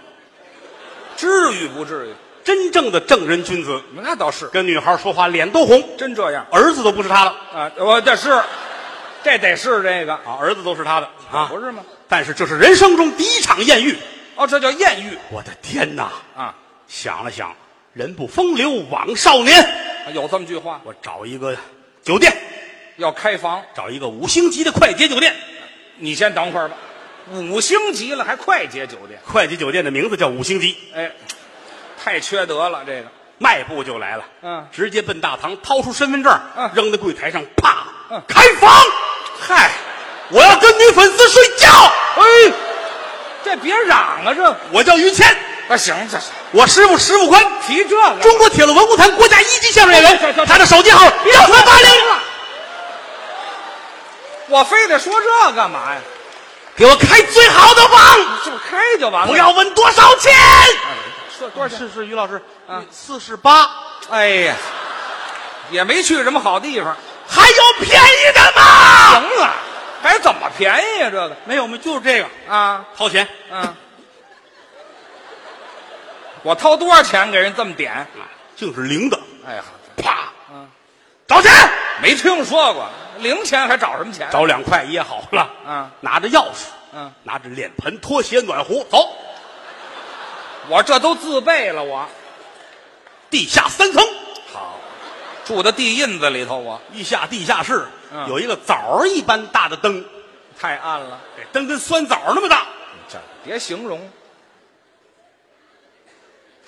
[SPEAKER 3] 至于不至于？
[SPEAKER 2] 真正的正人君子，
[SPEAKER 3] 那倒是
[SPEAKER 2] 跟女孩说话脸都红，
[SPEAKER 3] 真这样
[SPEAKER 2] 儿子都不是他的
[SPEAKER 3] 啊！我这是，这得是这个
[SPEAKER 2] 啊，儿子都是他的啊，
[SPEAKER 3] 不是吗？
[SPEAKER 2] 但是这是人生中第一场艳遇，
[SPEAKER 3] 哦，这叫艳遇
[SPEAKER 2] 我的天哪！
[SPEAKER 3] 啊！
[SPEAKER 2] 想了想，人不风流枉少年，
[SPEAKER 3] 有这么句话，
[SPEAKER 2] 我找一个酒店，
[SPEAKER 3] 要开房，
[SPEAKER 2] 找一个五星级的快捷酒店。
[SPEAKER 3] 你先等会儿吧。五星级了还快捷酒店，
[SPEAKER 2] 快捷酒店的名字叫五星级，
[SPEAKER 3] 哎，太缺德了这个。
[SPEAKER 2] 迈步就来了，
[SPEAKER 3] 嗯
[SPEAKER 2] 直接奔大堂，掏出身份证，
[SPEAKER 3] 嗯
[SPEAKER 2] 扔在柜台上，啪，
[SPEAKER 3] 嗯
[SPEAKER 2] 开房，
[SPEAKER 3] 嗨，
[SPEAKER 2] 我要跟女粉丝睡觉。
[SPEAKER 3] 哎，这别嚷啊，这
[SPEAKER 2] 我叫于谦，
[SPEAKER 3] 啊行，这是
[SPEAKER 2] 我师傅石富宽，
[SPEAKER 3] 提这个
[SPEAKER 2] 中国铁路文工团国家一级相声演
[SPEAKER 3] 行
[SPEAKER 2] 员，
[SPEAKER 3] 行
[SPEAKER 2] 他的手机号
[SPEAKER 3] 别
[SPEAKER 2] 幺四八零，
[SPEAKER 3] 我非得说这干嘛呀？
[SPEAKER 2] 给我开最好的房，
[SPEAKER 3] 这不开就完了？
[SPEAKER 2] 不要问多少钱。啊
[SPEAKER 3] 说多少钱？
[SPEAKER 2] 啊是是，于老师，
[SPEAKER 3] 嗯
[SPEAKER 2] 四十八。
[SPEAKER 3] 哎呀，也没去什么好地方。
[SPEAKER 2] 还有便宜的吗？
[SPEAKER 3] 行了，还怎么便宜呀、这个
[SPEAKER 2] 没有，我们就是这个，
[SPEAKER 3] 啊，
[SPEAKER 2] 掏钱。
[SPEAKER 3] 嗯，我掏多少钱给人这么点？
[SPEAKER 2] 啊，净是零的，嗯
[SPEAKER 3] 哎呀，
[SPEAKER 2] 啪，
[SPEAKER 3] 嗯，
[SPEAKER 2] 找钱，
[SPEAKER 3] 没听说过，零钱还找什么钱？
[SPEAKER 2] 找两块掖好了。
[SPEAKER 3] 嗯
[SPEAKER 2] 拿着钥匙，
[SPEAKER 3] 嗯，
[SPEAKER 2] 拿着脸盆、拖鞋、暖壶，走，
[SPEAKER 3] 我这都自备了，我
[SPEAKER 2] 地下三层，
[SPEAKER 3] 好住到地印子里头，我
[SPEAKER 2] 地下地下室、
[SPEAKER 3] 嗯
[SPEAKER 2] 有一个枣儿一般大的灯，
[SPEAKER 3] 太暗了，
[SPEAKER 2] 这灯跟酸枣那么大，
[SPEAKER 3] 嗯这别形容，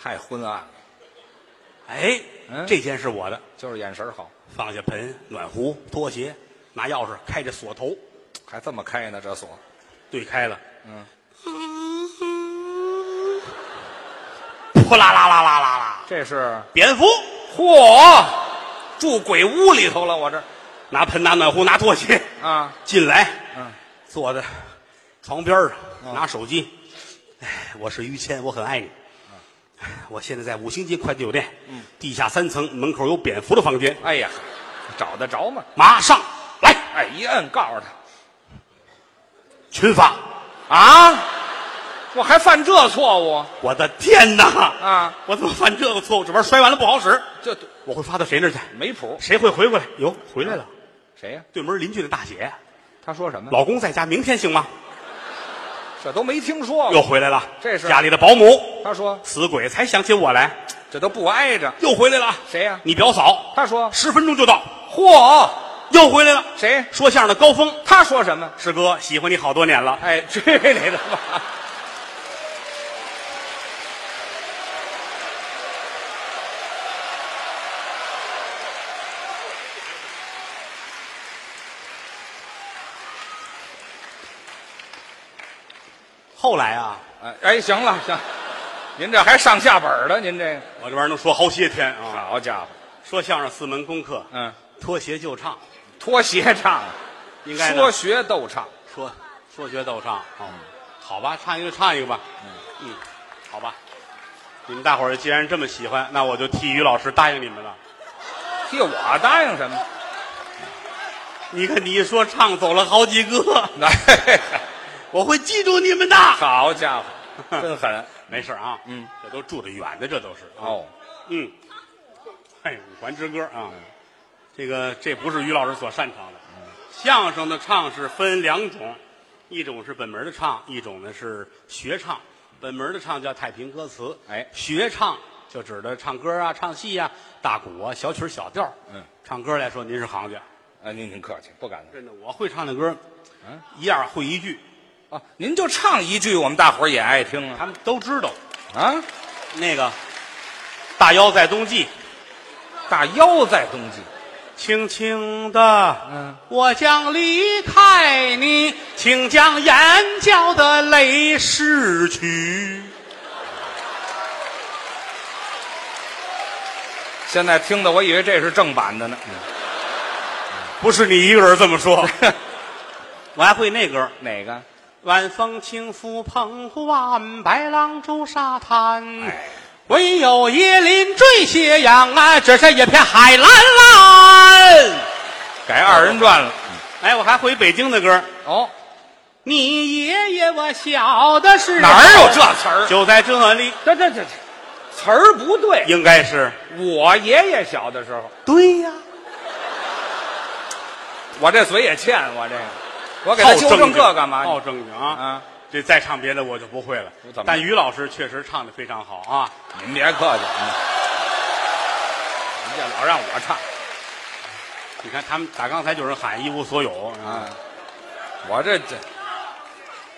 [SPEAKER 3] 太昏暗了，
[SPEAKER 2] 哎，
[SPEAKER 3] 嗯
[SPEAKER 2] 这间是我的，
[SPEAKER 3] 就是眼神好，
[SPEAKER 2] 放下盆、暖壶、拖鞋，拿钥匙开着锁头，
[SPEAKER 3] 还这么开呢，这锁
[SPEAKER 2] 对开了，
[SPEAKER 3] 嗯，
[SPEAKER 2] 扑啦啦啦啦啦啦，
[SPEAKER 3] 这是
[SPEAKER 2] 蝙蝠
[SPEAKER 3] 嚯，住鬼屋里头了，我这
[SPEAKER 2] 拿盆、拿暖壶、拿拖鞋
[SPEAKER 3] 啊，
[SPEAKER 2] 进来，
[SPEAKER 3] 嗯，
[SPEAKER 2] 坐在床边儿上拿手机。哎，我是于谦，我很爱你。
[SPEAKER 3] 嗯
[SPEAKER 2] 我现在在五星街快捷酒店，地下三层门口有蝙蝠的房间，
[SPEAKER 3] 哎呀，找得着吗？
[SPEAKER 2] 马上来
[SPEAKER 3] 哎，一摁告诉他
[SPEAKER 2] 群发！
[SPEAKER 3] 啊，我还犯这错误
[SPEAKER 2] 我的天哪！
[SPEAKER 3] 啊，
[SPEAKER 2] 我怎么犯这个错误？这玩意儿摔完了不好使，
[SPEAKER 3] 这
[SPEAKER 2] 我会发到谁那儿去？
[SPEAKER 3] 没谱，
[SPEAKER 2] 谁会回过来？哟，回来了！
[SPEAKER 3] 谁呀、
[SPEAKER 2] 对门邻居的大姐，
[SPEAKER 3] 他说什么？
[SPEAKER 2] 老公在家，明天行吗？
[SPEAKER 3] 这都没听说过。
[SPEAKER 2] 又回来了，
[SPEAKER 3] 这是
[SPEAKER 2] 家里的保姆，
[SPEAKER 3] 他说
[SPEAKER 2] 死鬼才想起我来，
[SPEAKER 3] 这都不挨着。
[SPEAKER 2] 又回来了。
[SPEAKER 3] 谁呀
[SPEAKER 2] 你表嫂，
[SPEAKER 3] 他说
[SPEAKER 2] 十分钟就到，
[SPEAKER 3] 嗯嚯，
[SPEAKER 2] 又回来了。
[SPEAKER 3] 谁？
[SPEAKER 2] 说相声的高峰，
[SPEAKER 3] 他说什么？
[SPEAKER 2] 师哥喜欢你好多年了，
[SPEAKER 3] 哎，去你的吧！
[SPEAKER 2] 后来啊，
[SPEAKER 3] 哎哎，行了行，您这还上下本儿的，您这个
[SPEAKER 2] 我这玩意儿能说好些天啊。
[SPEAKER 3] 好家伙，
[SPEAKER 2] 说相声四门功课，
[SPEAKER 3] 嗯，
[SPEAKER 2] 脱鞋就唱，
[SPEAKER 3] 脱鞋唱，
[SPEAKER 2] 应该的
[SPEAKER 3] 说学逗唱，
[SPEAKER 2] 说说学逗唱，哦，好吧，唱一个唱一个吧，嗯，好吧。你们大伙儿既然这么喜欢，那我就替于老师答应你们了。
[SPEAKER 3] 替我答应什么？
[SPEAKER 2] 你看你一说唱走了好几 个，
[SPEAKER 3] 那、
[SPEAKER 2] 我会记住你们的。
[SPEAKER 3] 哎好 家伙，真狠！
[SPEAKER 2] 没事啊，
[SPEAKER 3] 嗯，
[SPEAKER 2] 这都住得远的，这都是啊，
[SPEAKER 3] 哦，
[SPEAKER 2] 嗯，哎，五环之歌啊，这个这不是于老师所擅长的。
[SPEAKER 3] 嗯
[SPEAKER 2] 相声的唱是分两种，一种是本门的唱，一种呢是学唱。本门的唱叫太平歌词，
[SPEAKER 3] 哎
[SPEAKER 2] 学唱就指的唱歌啊、唱戏啊、大鼓啊、小曲儿小调儿。
[SPEAKER 3] 嗯，
[SPEAKER 2] 唱歌来说，您是行家，
[SPEAKER 3] 啊，您您客气，不敢
[SPEAKER 2] 真的，我会唱的歌，
[SPEAKER 3] 嗯，
[SPEAKER 2] 一样会一句，
[SPEAKER 3] 啊。您就唱一句，我们大伙儿也爱听啊
[SPEAKER 2] 他们都知道。
[SPEAKER 3] 啊！
[SPEAKER 2] 那个大腰在冬季，
[SPEAKER 3] 大腰在冬季，
[SPEAKER 2] 轻轻的，
[SPEAKER 3] 嗯，
[SPEAKER 2] 我将离开你，请将眼角的泪拭去。
[SPEAKER 3] 现在听的我以为这是正版的呢。
[SPEAKER 2] 不是你一个人这么 说，我还会那歌：
[SPEAKER 3] 哪个？
[SPEAKER 2] 晚风轻拂澎湖湾，白浪逐沙滩。
[SPEAKER 3] 哎
[SPEAKER 2] 唯有椰林缀斜阳啊，只是一片海蓝蓝。
[SPEAKER 3] 改二人转了。
[SPEAKER 2] 哎，我还会北京的歌。
[SPEAKER 3] 哦，
[SPEAKER 2] 你爷爷我小的时候
[SPEAKER 3] 哪儿有这词儿？
[SPEAKER 2] 就在这里，
[SPEAKER 3] 这这这这词儿不对。
[SPEAKER 2] 应该是
[SPEAKER 3] 我爷爷小的时候，
[SPEAKER 2] 对呀、
[SPEAKER 3] 我这嘴也欠我这个，我给他纠正这干嘛？
[SPEAKER 2] 好正经啊！
[SPEAKER 3] 啊，
[SPEAKER 2] 这再唱别的我就不会了
[SPEAKER 3] 怎么。
[SPEAKER 2] 但于老师确实唱的非常好啊！
[SPEAKER 3] 您别客气啊，您这老让我唱
[SPEAKER 2] 你看他们打刚才就有人喊一无所有啊，
[SPEAKER 3] 啊，我这这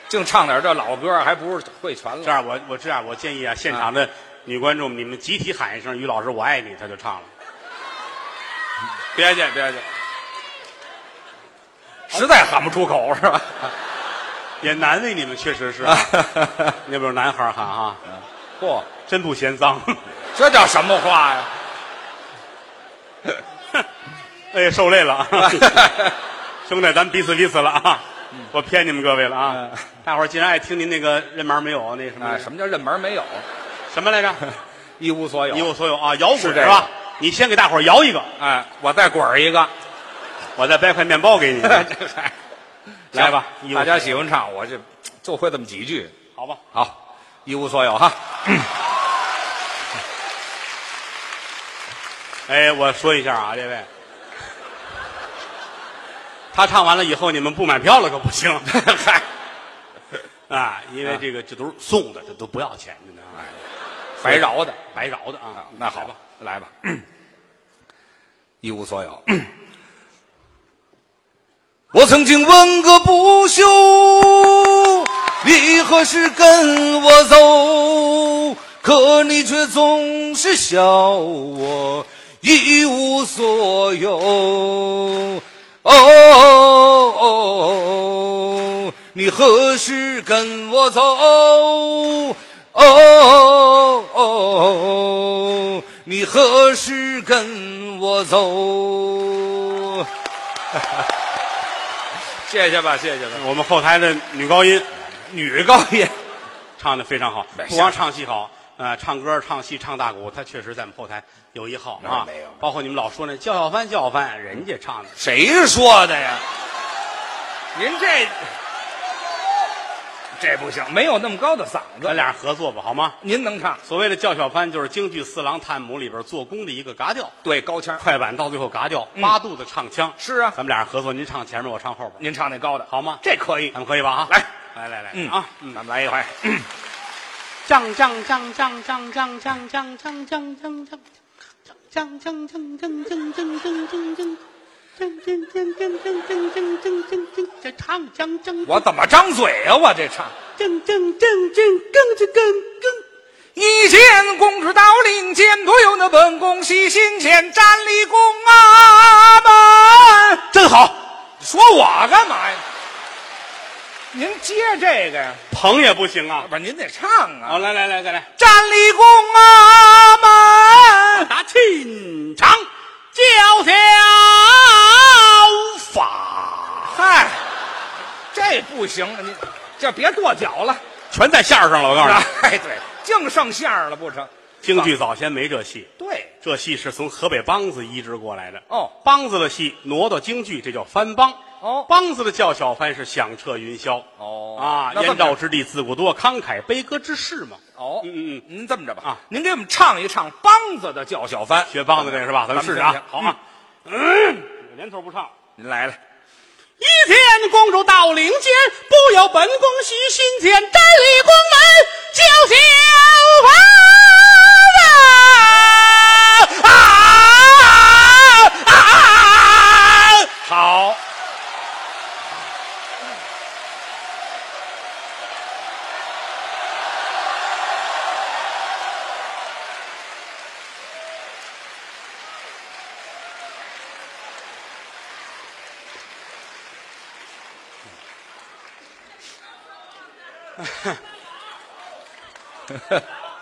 [SPEAKER 3] 净唱点这老歌，还不是会全
[SPEAKER 2] 这
[SPEAKER 3] 了？
[SPEAKER 2] 样我我这样我建议啊，现场的女观众你们集体喊一声“于老师我爱你”，他就唱了。
[SPEAKER 3] 别介别介，实在喊不出口是吧？
[SPEAKER 2] 也难为你们，确实是。
[SPEAKER 3] 啊
[SPEAKER 2] 那边有男孩儿喊啊，
[SPEAKER 3] 嚯，
[SPEAKER 2] 真不嫌脏。
[SPEAKER 3] 这叫什么话呀？
[SPEAKER 2] 哎，受累 了啊，兄弟，咱彼此彼此了啊。
[SPEAKER 3] 嗯
[SPEAKER 2] 我骗你们各位了啊！大伙儿既然爱听您那个任毛没有啊那什么
[SPEAKER 3] 哎，什么叫认门没有？
[SPEAKER 2] 什么来 着？
[SPEAKER 3] 一无所有。
[SPEAKER 2] 一无所有啊，摇滚
[SPEAKER 3] 是这个
[SPEAKER 2] 吧？你先给大伙儿摇一个，
[SPEAKER 3] 哎，我再滚儿一个，
[SPEAKER 2] 我再掰块面包给 你。来吧
[SPEAKER 3] 行
[SPEAKER 2] 一无所
[SPEAKER 3] 大
[SPEAKER 2] 有
[SPEAKER 3] 家喜欢唱，我这就会这么几句。
[SPEAKER 2] 好吧，
[SPEAKER 3] 好，一无所有哈。
[SPEAKER 2] 哎，我说一下啊，这位，他唱完了以后，你们不买票了可 不行，嗨，啊，因为这个这都是送的，这都不要钱的呢，哎
[SPEAKER 3] 啊白饶的，
[SPEAKER 2] 白饶的啊
[SPEAKER 3] 啊。那好
[SPEAKER 2] 来吧，，
[SPEAKER 3] 来吧， 一无所有。我曾经问个不休，你何时跟我走？可你却总是笑我一无所有。哦哦，你何时跟我走？哦哦，你何时跟我走？谢谢吧，谢谢吧。
[SPEAKER 2] 我们后台的女高音
[SPEAKER 3] 女高音，
[SPEAKER 2] 唱的非常好，
[SPEAKER 3] 没事
[SPEAKER 2] 不光唱戏好。呃，唱歌、唱戏、唱大鼓，她确实在我们后台有一号啊。
[SPEAKER 3] 没有
[SPEAKER 2] 包括你们老说那叫小帆，叫小帆，人家唱的
[SPEAKER 3] 谁说的呀？您这这不行，没有那么高的嗓
[SPEAKER 2] 咱
[SPEAKER 3] 子。
[SPEAKER 2] 俩合作吧，好吗？
[SPEAKER 3] 您能唱？
[SPEAKER 2] 所谓的叫小番，就是京剧《四郎探母》里边做工的一个嘎调，
[SPEAKER 3] 对，高腔。
[SPEAKER 2] 快板到最后嘎
[SPEAKER 3] 嗯
[SPEAKER 2] 调，八度的唱腔。
[SPEAKER 3] 是啊
[SPEAKER 2] 咱们俩人合作，您唱前面，我唱后边，
[SPEAKER 3] 您唱那高的，
[SPEAKER 2] 好吗？
[SPEAKER 3] 这可以
[SPEAKER 2] 咱。们可以吧？啊，
[SPEAKER 3] 来，
[SPEAKER 2] 来来来，
[SPEAKER 3] 嗯
[SPEAKER 2] 啊，
[SPEAKER 3] 咱们来一回。
[SPEAKER 2] 降降降降降降降降降降降降。
[SPEAKER 5] 锵锵锵锵锵锵锵锵锵。锵锵锵锵锵锵锵锵锵锵，这唱锵锵
[SPEAKER 3] 我怎么张嘴啊？我这唱。
[SPEAKER 5] 锵锵锵锵，更去更更。
[SPEAKER 3] 一见公主到林间，多有那本宫西心前，站立宫阿门。
[SPEAKER 2] 真好，
[SPEAKER 3] 说我干嘛呀？您接这个呀？
[SPEAKER 2] 捧也不行啊！
[SPEAKER 3] 不是，您得唱啊
[SPEAKER 2] 好，。来来来，再来，
[SPEAKER 3] 站立啊宫 阿门，
[SPEAKER 2] 打亲长教条法，
[SPEAKER 3] 嗨，这不行了，你这别跺脚了。
[SPEAKER 2] 全在线儿上了。我告诉你，
[SPEAKER 3] 哎，对，净剩馅儿了不成？
[SPEAKER 2] 京剧早先没这戏，
[SPEAKER 3] 对，
[SPEAKER 2] 这戏是从河北梆子移植过来的。
[SPEAKER 3] 哦
[SPEAKER 2] 梆子的戏挪到京剧，这叫翻梆。
[SPEAKER 3] 哦
[SPEAKER 2] 梆子的叫小翻是响彻云霄。
[SPEAKER 3] 哦
[SPEAKER 2] 啊，
[SPEAKER 3] 那这么
[SPEAKER 2] 燕赵之地自古多，慷慨悲歌之士嘛。
[SPEAKER 3] 哦，
[SPEAKER 2] 嗯嗯
[SPEAKER 3] 您这么着吧
[SPEAKER 2] 啊
[SPEAKER 3] 您给我们唱一唱梆子的叫小番，
[SPEAKER 2] 学梆子这个是吧？咱们试试啊，好
[SPEAKER 3] 咱们先
[SPEAKER 2] 啊。嗯，连头不唱。
[SPEAKER 3] 您来了，
[SPEAKER 2] 一天，公主到灵间，不由本宫喜心间，站立宫门叫小番啊啊！好，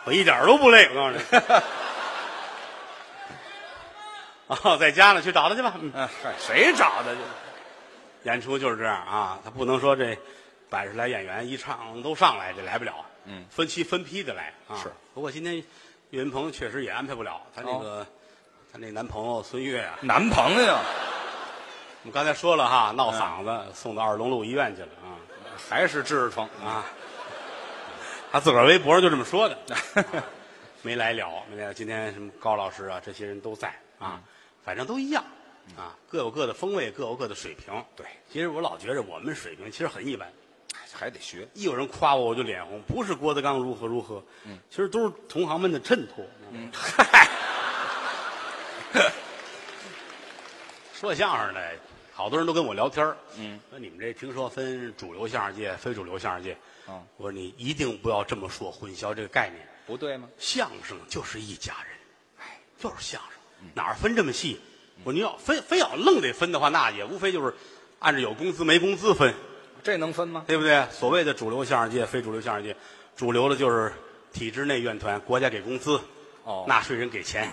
[SPEAKER 2] 我一点都不累，我告诉你。啊，在家呢，去找他去吧。嗯
[SPEAKER 3] 嗯，嗨谁找的？
[SPEAKER 2] 演出就是这样啊，他不能说这百十来演员一唱都上来，这来不了。嗯，分期分批的来啊。
[SPEAKER 3] 是，
[SPEAKER 2] 不过今天岳云鹏确实也安排不了，他那个、他那男朋友孙越啊，
[SPEAKER 3] 男朋友
[SPEAKER 2] 我们刚才说了哈，闹嗓子、送到二龙路医院去了啊
[SPEAKER 3] 还是痔疮啊？
[SPEAKER 2] 啊！他自个儿微博上就这么说的，啊没来了，没来了。今天什么高老师啊，这些人都在啊，反正都一样啊，各有各的风味，各有各的水平。
[SPEAKER 3] 对，
[SPEAKER 2] 其实我老觉着我们水平其实很一般。
[SPEAKER 3] 还得学，
[SPEAKER 2] 一有人夸我，我就脸红。不是郭德纲如何如何，其实都是同行们的衬托。嗯，嗨， 说相声的，好多人都跟我聊天嗯，说你们这听说分主流相声界、非主流相声界。
[SPEAKER 3] 嗯
[SPEAKER 2] 我说你一定不要这么说，混淆这个概念。
[SPEAKER 3] 不对吗？
[SPEAKER 2] 相声就是一家人，哎，嗯就是相声，哪儿分这么细？我说你要非非要愣得分的话，那也无非就是按照有工资没工资分，
[SPEAKER 3] 这能分吗？
[SPEAKER 2] 对不对？所谓的主流相声界、非主流相声界，主流的就是体制内院团，国家给工资，
[SPEAKER 3] 哦
[SPEAKER 2] 纳税人给钱；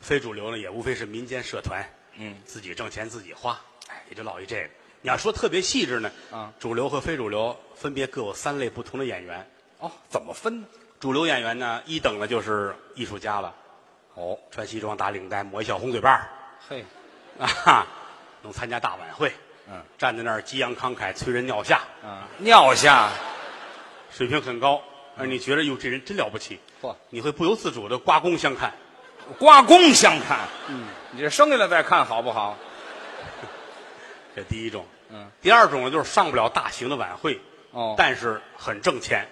[SPEAKER 2] 非主流呢，也无非是民间社团，嗯，自己挣钱自己花，哎，也就老一这
[SPEAKER 3] 嗯
[SPEAKER 2] 个。你要说特别细致呢，
[SPEAKER 3] 啊
[SPEAKER 2] 主流和非主流分别各有三类不同的演员。
[SPEAKER 3] 哦，怎么分呢？
[SPEAKER 2] 主流演员呢，一等呢就是艺术家了，
[SPEAKER 3] 哦，
[SPEAKER 2] 穿西装打领带，抹一小红嘴巴儿
[SPEAKER 3] 嘿，
[SPEAKER 2] 啊，哈，能参加大晚会，
[SPEAKER 3] 嗯，
[SPEAKER 2] 站在那儿激昂慷慨，催人尿下，
[SPEAKER 3] 啊，尿下，
[SPEAKER 2] 水平很高，而你觉得哟，这人真了不起，
[SPEAKER 3] 嚯，
[SPEAKER 2] 你会不由自主的刮目相看。
[SPEAKER 3] 刮弓相看。嗯，你这生下来再看好不好？
[SPEAKER 2] 这第一种，
[SPEAKER 3] 嗯，
[SPEAKER 2] 第二种呢就是上不了大型的晚会，
[SPEAKER 3] 哦
[SPEAKER 2] 但是很挣钱。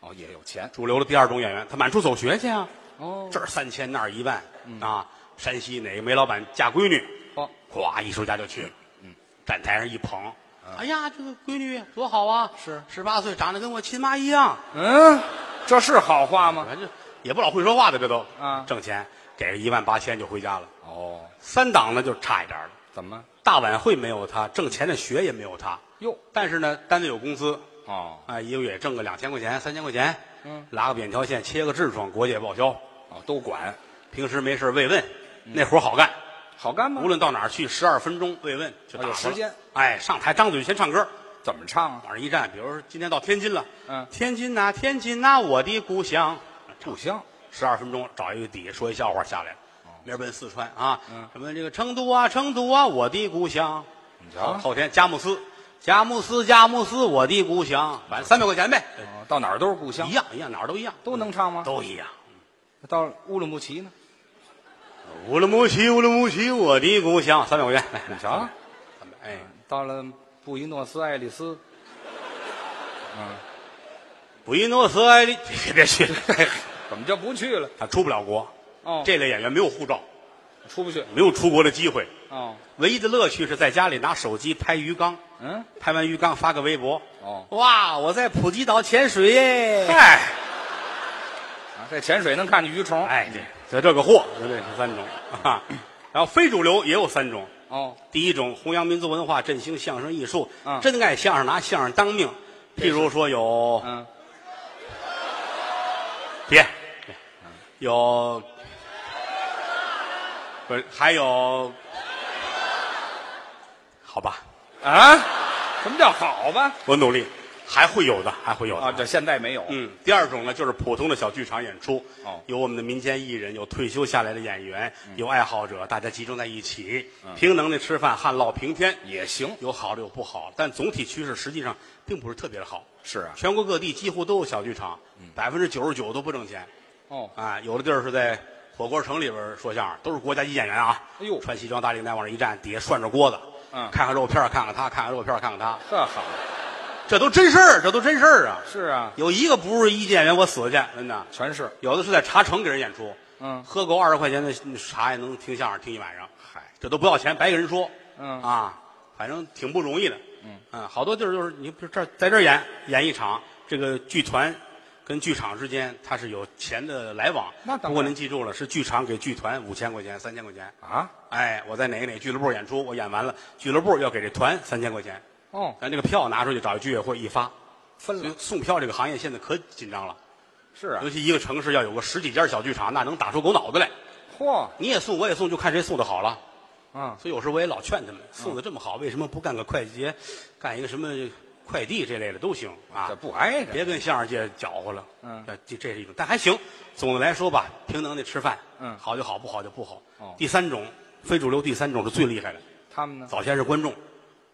[SPEAKER 3] 哦，也有钱。
[SPEAKER 2] 主流的第二种演员，他满处走学去啊，
[SPEAKER 3] 哦嗯
[SPEAKER 2] 这儿三千那儿一万、啊，山西哪个煤老板嫁闺女，
[SPEAKER 3] 嚯，
[SPEAKER 2] 咵，艺术家就去了，嗯，站台上一捧，哎呀，这个闺女多好啊，
[SPEAKER 3] 嗯是
[SPEAKER 2] 十八岁，长得跟我亲妈一样，
[SPEAKER 3] 嗯，这是好话吗？
[SPEAKER 2] 反正也不老会说话的，这都
[SPEAKER 3] 啊
[SPEAKER 2] 挣钱给个一万八千就回家了。
[SPEAKER 3] 哦，
[SPEAKER 2] 三档呢就差一点了，
[SPEAKER 3] 怎么？
[SPEAKER 2] 大晚会没有他，挣钱的学也没有他，
[SPEAKER 3] 哟，
[SPEAKER 2] 但是呢，单位有工资，
[SPEAKER 3] 哦，
[SPEAKER 2] 啊，一个月挣个两千块钱、三千块钱，
[SPEAKER 3] 嗯，
[SPEAKER 2] 拉个扁条线，切个痔疮，国界报销。
[SPEAKER 3] 哦，都管，
[SPEAKER 2] 平时没事慰问，
[SPEAKER 3] 嗯
[SPEAKER 2] 那活儿好干，
[SPEAKER 3] 好干吗？
[SPEAKER 2] 无论到哪儿去，十二分钟慰问就
[SPEAKER 3] 啊
[SPEAKER 2] 打
[SPEAKER 3] 有
[SPEAKER 2] 发
[SPEAKER 3] 时
[SPEAKER 2] 了
[SPEAKER 3] 间。
[SPEAKER 2] 哎，上台张嘴先唱歌，
[SPEAKER 3] 怎么唱啊？
[SPEAKER 2] 往上一站，比如说今天到天津了，
[SPEAKER 3] 嗯
[SPEAKER 2] 天津呐、天津呐、我的故乡，
[SPEAKER 3] 故乡。
[SPEAKER 2] 十二分钟找一个底下说一笑话下来了。明儿奔四川啊，
[SPEAKER 3] 哦嗯
[SPEAKER 2] 什么这个成都啊，成都啊，我的故乡。
[SPEAKER 3] 你
[SPEAKER 2] 后
[SPEAKER 3] 瞧，
[SPEAKER 2] 后天佳木斯，佳木斯，佳木斯，我的故乡。反正三百块钱呗，
[SPEAKER 3] 哦到哪儿都是故乡
[SPEAKER 2] 一，样一样，哪儿都一样，
[SPEAKER 3] 都能唱吗？
[SPEAKER 2] 都一样。
[SPEAKER 3] 到乌鲁木齐呢？
[SPEAKER 2] 乌鲁木齐，乌鲁木齐，我的故乡。三百块钱，来
[SPEAKER 3] 你瞧，
[SPEAKER 2] 三百，哎，
[SPEAKER 3] 嗯到了布宜诺斯艾利斯，
[SPEAKER 2] 布宜诺斯艾利， 别别别去，
[SPEAKER 3] 怎么就不去了？
[SPEAKER 2] 他出不了国。
[SPEAKER 3] 哦
[SPEAKER 2] 这类演员没有护照，
[SPEAKER 3] 出不去。
[SPEAKER 2] 没有出国的机会，
[SPEAKER 3] 哦，
[SPEAKER 2] 唯一的乐趣是在家里拿手机拍鱼缸，
[SPEAKER 3] 嗯，
[SPEAKER 2] 拍完鱼缸发个微博。
[SPEAKER 3] 哦
[SPEAKER 2] 哇，我在普吉岛潜水耶！
[SPEAKER 3] 嗨，啊，这潜水能看见鱼虫。
[SPEAKER 2] 哎，对，就这个货，就这三种啊。然后非主流也有三种，
[SPEAKER 3] 哦，
[SPEAKER 2] 第一种弘扬民族文化，振兴相声艺术，
[SPEAKER 3] 嗯
[SPEAKER 2] 真爱相声，拿相声当命。譬如说有
[SPEAKER 3] 嗯，
[SPEAKER 2] 别，别有，不是还有，好吧，
[SPEAKER 3] 啊，什么叫好吧？
[SPEAKER 2] 我努力，还会有的，还会有的。
[SPEAKER 3] 啊，这现在没有。
[SPEAKER 2] 嗯，第二种呢，就是普通的小剧场演出，
[SPEAKER 3] 哦嗯
[SPEAKER 2] 有我们的民间艺人，有退休下来的演员，有爱好者，大家集中在一起，平能的吃饭，旱涝平天，
[SPEAKER 3] 也行。
[SPEAKER 2] 有好的有不好的，但总体趋势实际上并不是特别的好。
[SPEAKER 3] 是啊。嗯
[SPEAKER 2] 全国各地几乎都有小剧场，百分之九十九都不挣钱。
[SPEAKER 3] 哦，
[SPEAKER 2] 啊，有的地儿是在火锅城里边儿说相声，都是国家级演员啊。
[SPEAKER 3] 哎呦
[SPEAKER 2] 穿西装打领带往上一站，底下涮着锅子，
[SPEAKER 3] 嗯
[SPEAKER 2] 看看肉片儿，看看他，看看肉片儿，看看他，
[SPEAKER 3] 这好。
[SPEAKER 2] 这都真事儿，这都真事儿啊。
[SPEAKER 3] 是啊，
[SPEAKER 2] 有一个不是一级演员，我死去，真的。
[SPEAKER 3] 全是。
[SPEAKER 2] 有的是在茶城给人演出，
[SPEAKER 3] 嗯
[SPEAKER 2] 喝够二十块钱的茶也能听相声听一晚上，
[SPEAKER 3] 嗨，
[SPEAKER 2] 这都不要钱，白给人说，
[SPEAKER 3] 嗯
[SPEAKER 2] 啊，反正挺不容易的，
[SPEAKER 3] 嗯
[SPEAKER 2] 好多地儿就是你比如这儿在这儿演演一场，这个剧团跟剧场之间它是有钱的来往，
[SPEAKER 3] 那当然
[SPEAKER 2] 不过您记住了，是剧场给剧团五千块钱、三千块钱，
[SPEAKER 3] 啊，
[SPEAKER 2] 哎，我在哪个哪个俱乐部演出，我演完了，俱乐部要给这团三千块钱，
[SPEAKER 3] 哦，
[SPEAKER 2] 咱这个票拿出去找居委会一发，
[SPEAKER 3] 分
[SPEAKER 2] 所以
[SPEAKER 3] 了。
[SPEAKER 2] 送票这个行业现在可紧张了。
[SPEAKER 3] 是啊
[SPEAKER 2] 尤，其一个城市要有个十几家小剧场，那能打出狗脑子来。
[SPEAKER 3] 嚯，
[SPEAKER 2] 你也送，我也送，就看谁送的好了。
[SPEAKER 3] 嗯，
[SPEAKER 2] 所以有时候我也老劝他们，送的这么好，为什么不干个快捷，干一个什么快递这类的都行啊
[SPEAKER 3] 这？不挨着。
[SPEAKER 2] 别跟相声界搅和了。
[SPEAKER 3] 嗯
[SPEAKER 2] 这这这是一种，但还行。总的来说吧，平等的吃饭。
[SPEAKER 3] 嗯
[SPEAKER 2] 好就好，不好就不好。
[SPEAKER 3] 哦嗯
[SPEAKER 2] 第三种非主流，第三种是最厉害的。
[SPEAKER 3] 他们呢？
[SPEAKER 2] 早先是观众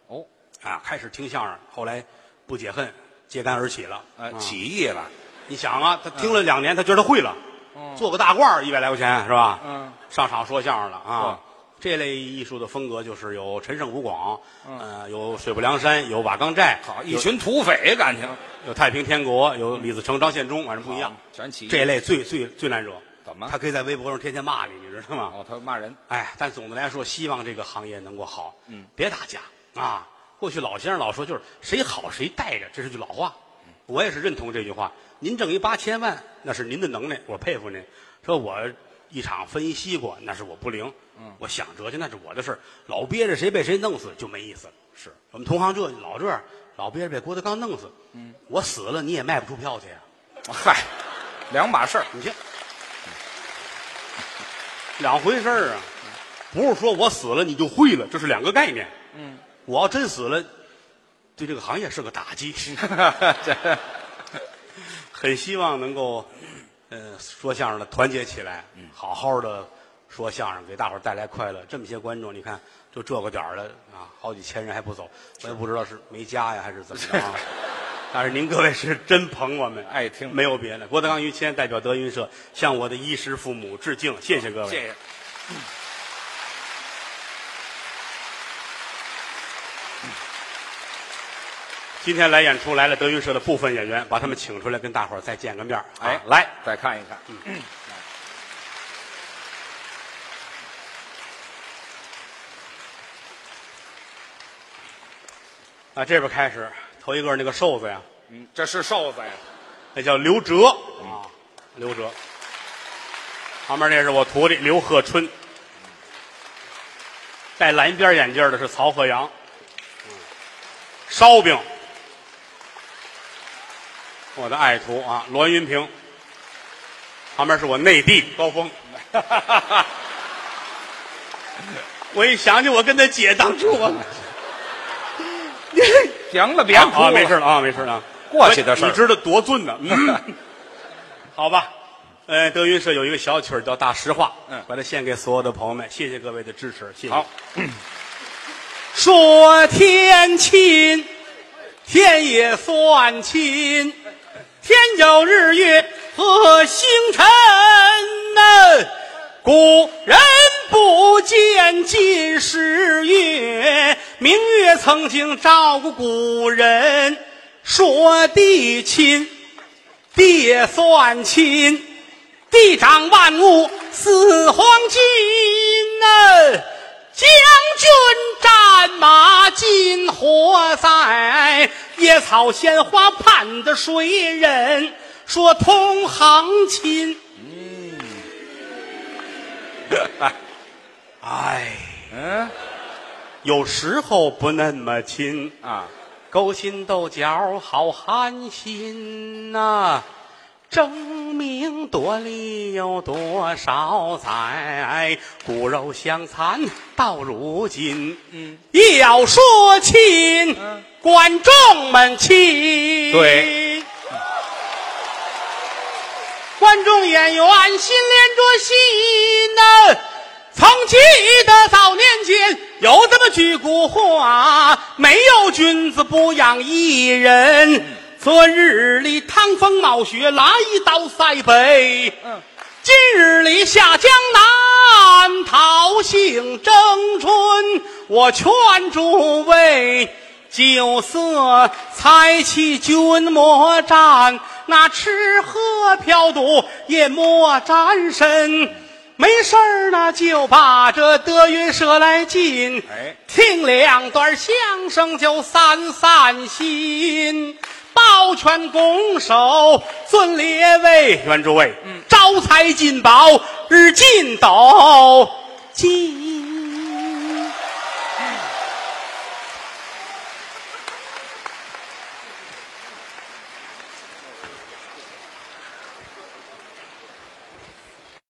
[SPEAKER 3] 哦，
[SPEAKER 2] 啊，开始听相声，后来不解恨，揭竿而起了。
[SPEAKER 3] 呃，
[SPEAKER 2] 啊
[SPEAKER 3] 起义了。
[SPEAKER 2] 你想啊，他听了两年，他觉得会了，
[SPEAKER 3] 嗯
[SPEAKER 2] 做个大褂儿一百来块钱是吧？
[SPEAKER 3] 嗯，
[SPEAKER 2] 上场说相声了啊。这类艺术的风格就是有陈胜吴广，呃，有水泊梁山，有瓦岗寨，
[SPEAKER 3] 嗯好，一
[SPEAKER 2] 有
[SPEAKER 3] 群土匪，感情
[SPEAKER 2] 有太平天国，有李自成、张献忠，反正不一样
[SPEAKER 3] 好。全起义。
[SPEAKER 2] 这类最最最难惹，
[SPEAKER 3] 怎么
[SPEAKER 2] 他可以在微博上天天骂你，你知道吗？
[SPEAKER 3] 哦，他骂人。
[SPEAKER 2] 哎，但总的来说，希望这个行业能够好。
[SPEAKER 3] 嗯，
[SPEAKER 2] 别打架啊！过去老先生老说就是谁好谁带着，这是句老话。我也是认同这句话。您挣一八千万，那是您的能耐，我佩服您。说我一场分一西瓜，那是我不灵。嗯，我想辙去，那是我的事儿老憋着谁被谁弄死就没意思了。是我们同行这老这样，老憋着被郭德纲弄死。嗯，我死了你也卖不出票去啊呀、
[SPEAKER 3] 嗨，两码事儿。
[SPEAKER 2] 你这两回事儿啊，不是说我死了你就会了，这是两个概念。嗯，我要真死了，对这个行业是个打 击。很希望能够，呃，说相声的团结起来，
[SPEAKER 3] 嗯
[SPEAKER 2] 好好的说相声，给大伙儿带来快乐。这么些观众，你看就这个点儿了啊，好几千人还不走，我也不知道是没家呀还是怎么着 啊。但是您各位是真捧我们，
[SPEAKER 3] 爱听
[SPEAKER 2] 没有别的。郭德纲、于谦代表德云社向我的衣食父母致敬，谢谢各位。
[SPEAKER 3] 谢谢。
[SPEAKER 2] 今天来演出来了德云社的部分演员，把他们请出来跟大伙儿再见个面儿。啊
[SPEAKER 3] 哎，
[SPEAKER 2] 来，
[SPEAKER 3] 再看一看。
[SPEAKER 2] 啊，这边开始，头一个那个瘦子呀，
[SPEAKER 3] 嗯，这是瘦子呀。
[SPEAKER 2] 那叫刘哲啊，刘哲。旁边这是我徒弟刘鹤春，戴蓝边眼镜的是曹鹤阳。烧饼，我的爱徒啊，栾云平。旁边是我内弟高峰。 我一想起我跟他姐当初啊，
[SPEAKER 3] 行了，别哭
[SPEAKER 2] 啊，
[SPEAKER 3] 了。
[SPEAKER 2] 没事了啊，没事了啊，
[SPEAKER 3] 过去的事儿
[SPEAKER 2] 你知道多俊呢、嗯， 好吧，呃，德云社有一个小曲儿叫《大实话》，
[SPEAKER 3] 嗯
[SPEAKER 2] 把它献给所有的朋友们，谢谢各位的支持，谢谢。
[SPEAKER 3] 好，
[SPEAKER 2] 说天亲，天也算亲，天有日月和星辰呐、古人不见近时月，明月曾经照过古人。说地亲，地也算亲，地长万物似黄金呐、将军战马金火在，野草鲜花盼的谁人？说同行亲。嗯， 哎，
[SPEAKER 3] 嗯
[SPEAKER 2] 有时候不那么亲。
[SPEAKER 3] 啊，
[SPEAKER 2] 勾心斗角好寒心呐、争名夺利有多少载？骨肉相残到如今。嗯，要说亲，观众们亲。
[SPEAKER 3] 对，
[SPEAKER 2] 观众演员心连着心呐、曾记得早年间有这么句古话：没有君子不养艺人。昨日里趟风冒雪来到塞北，今日里下江南讨杏争春。我劝诸位。酒色财气君莫沾，那吃喝嫖赌也莫沾身。没事儿呢，就把这德云社来进，
[SPEAKER 3] 哎
[SPEAKER 2] 听两段相声就散散心。抱拳拱手，尊列位，嗯愿诸位，招财进宝，日进斗金。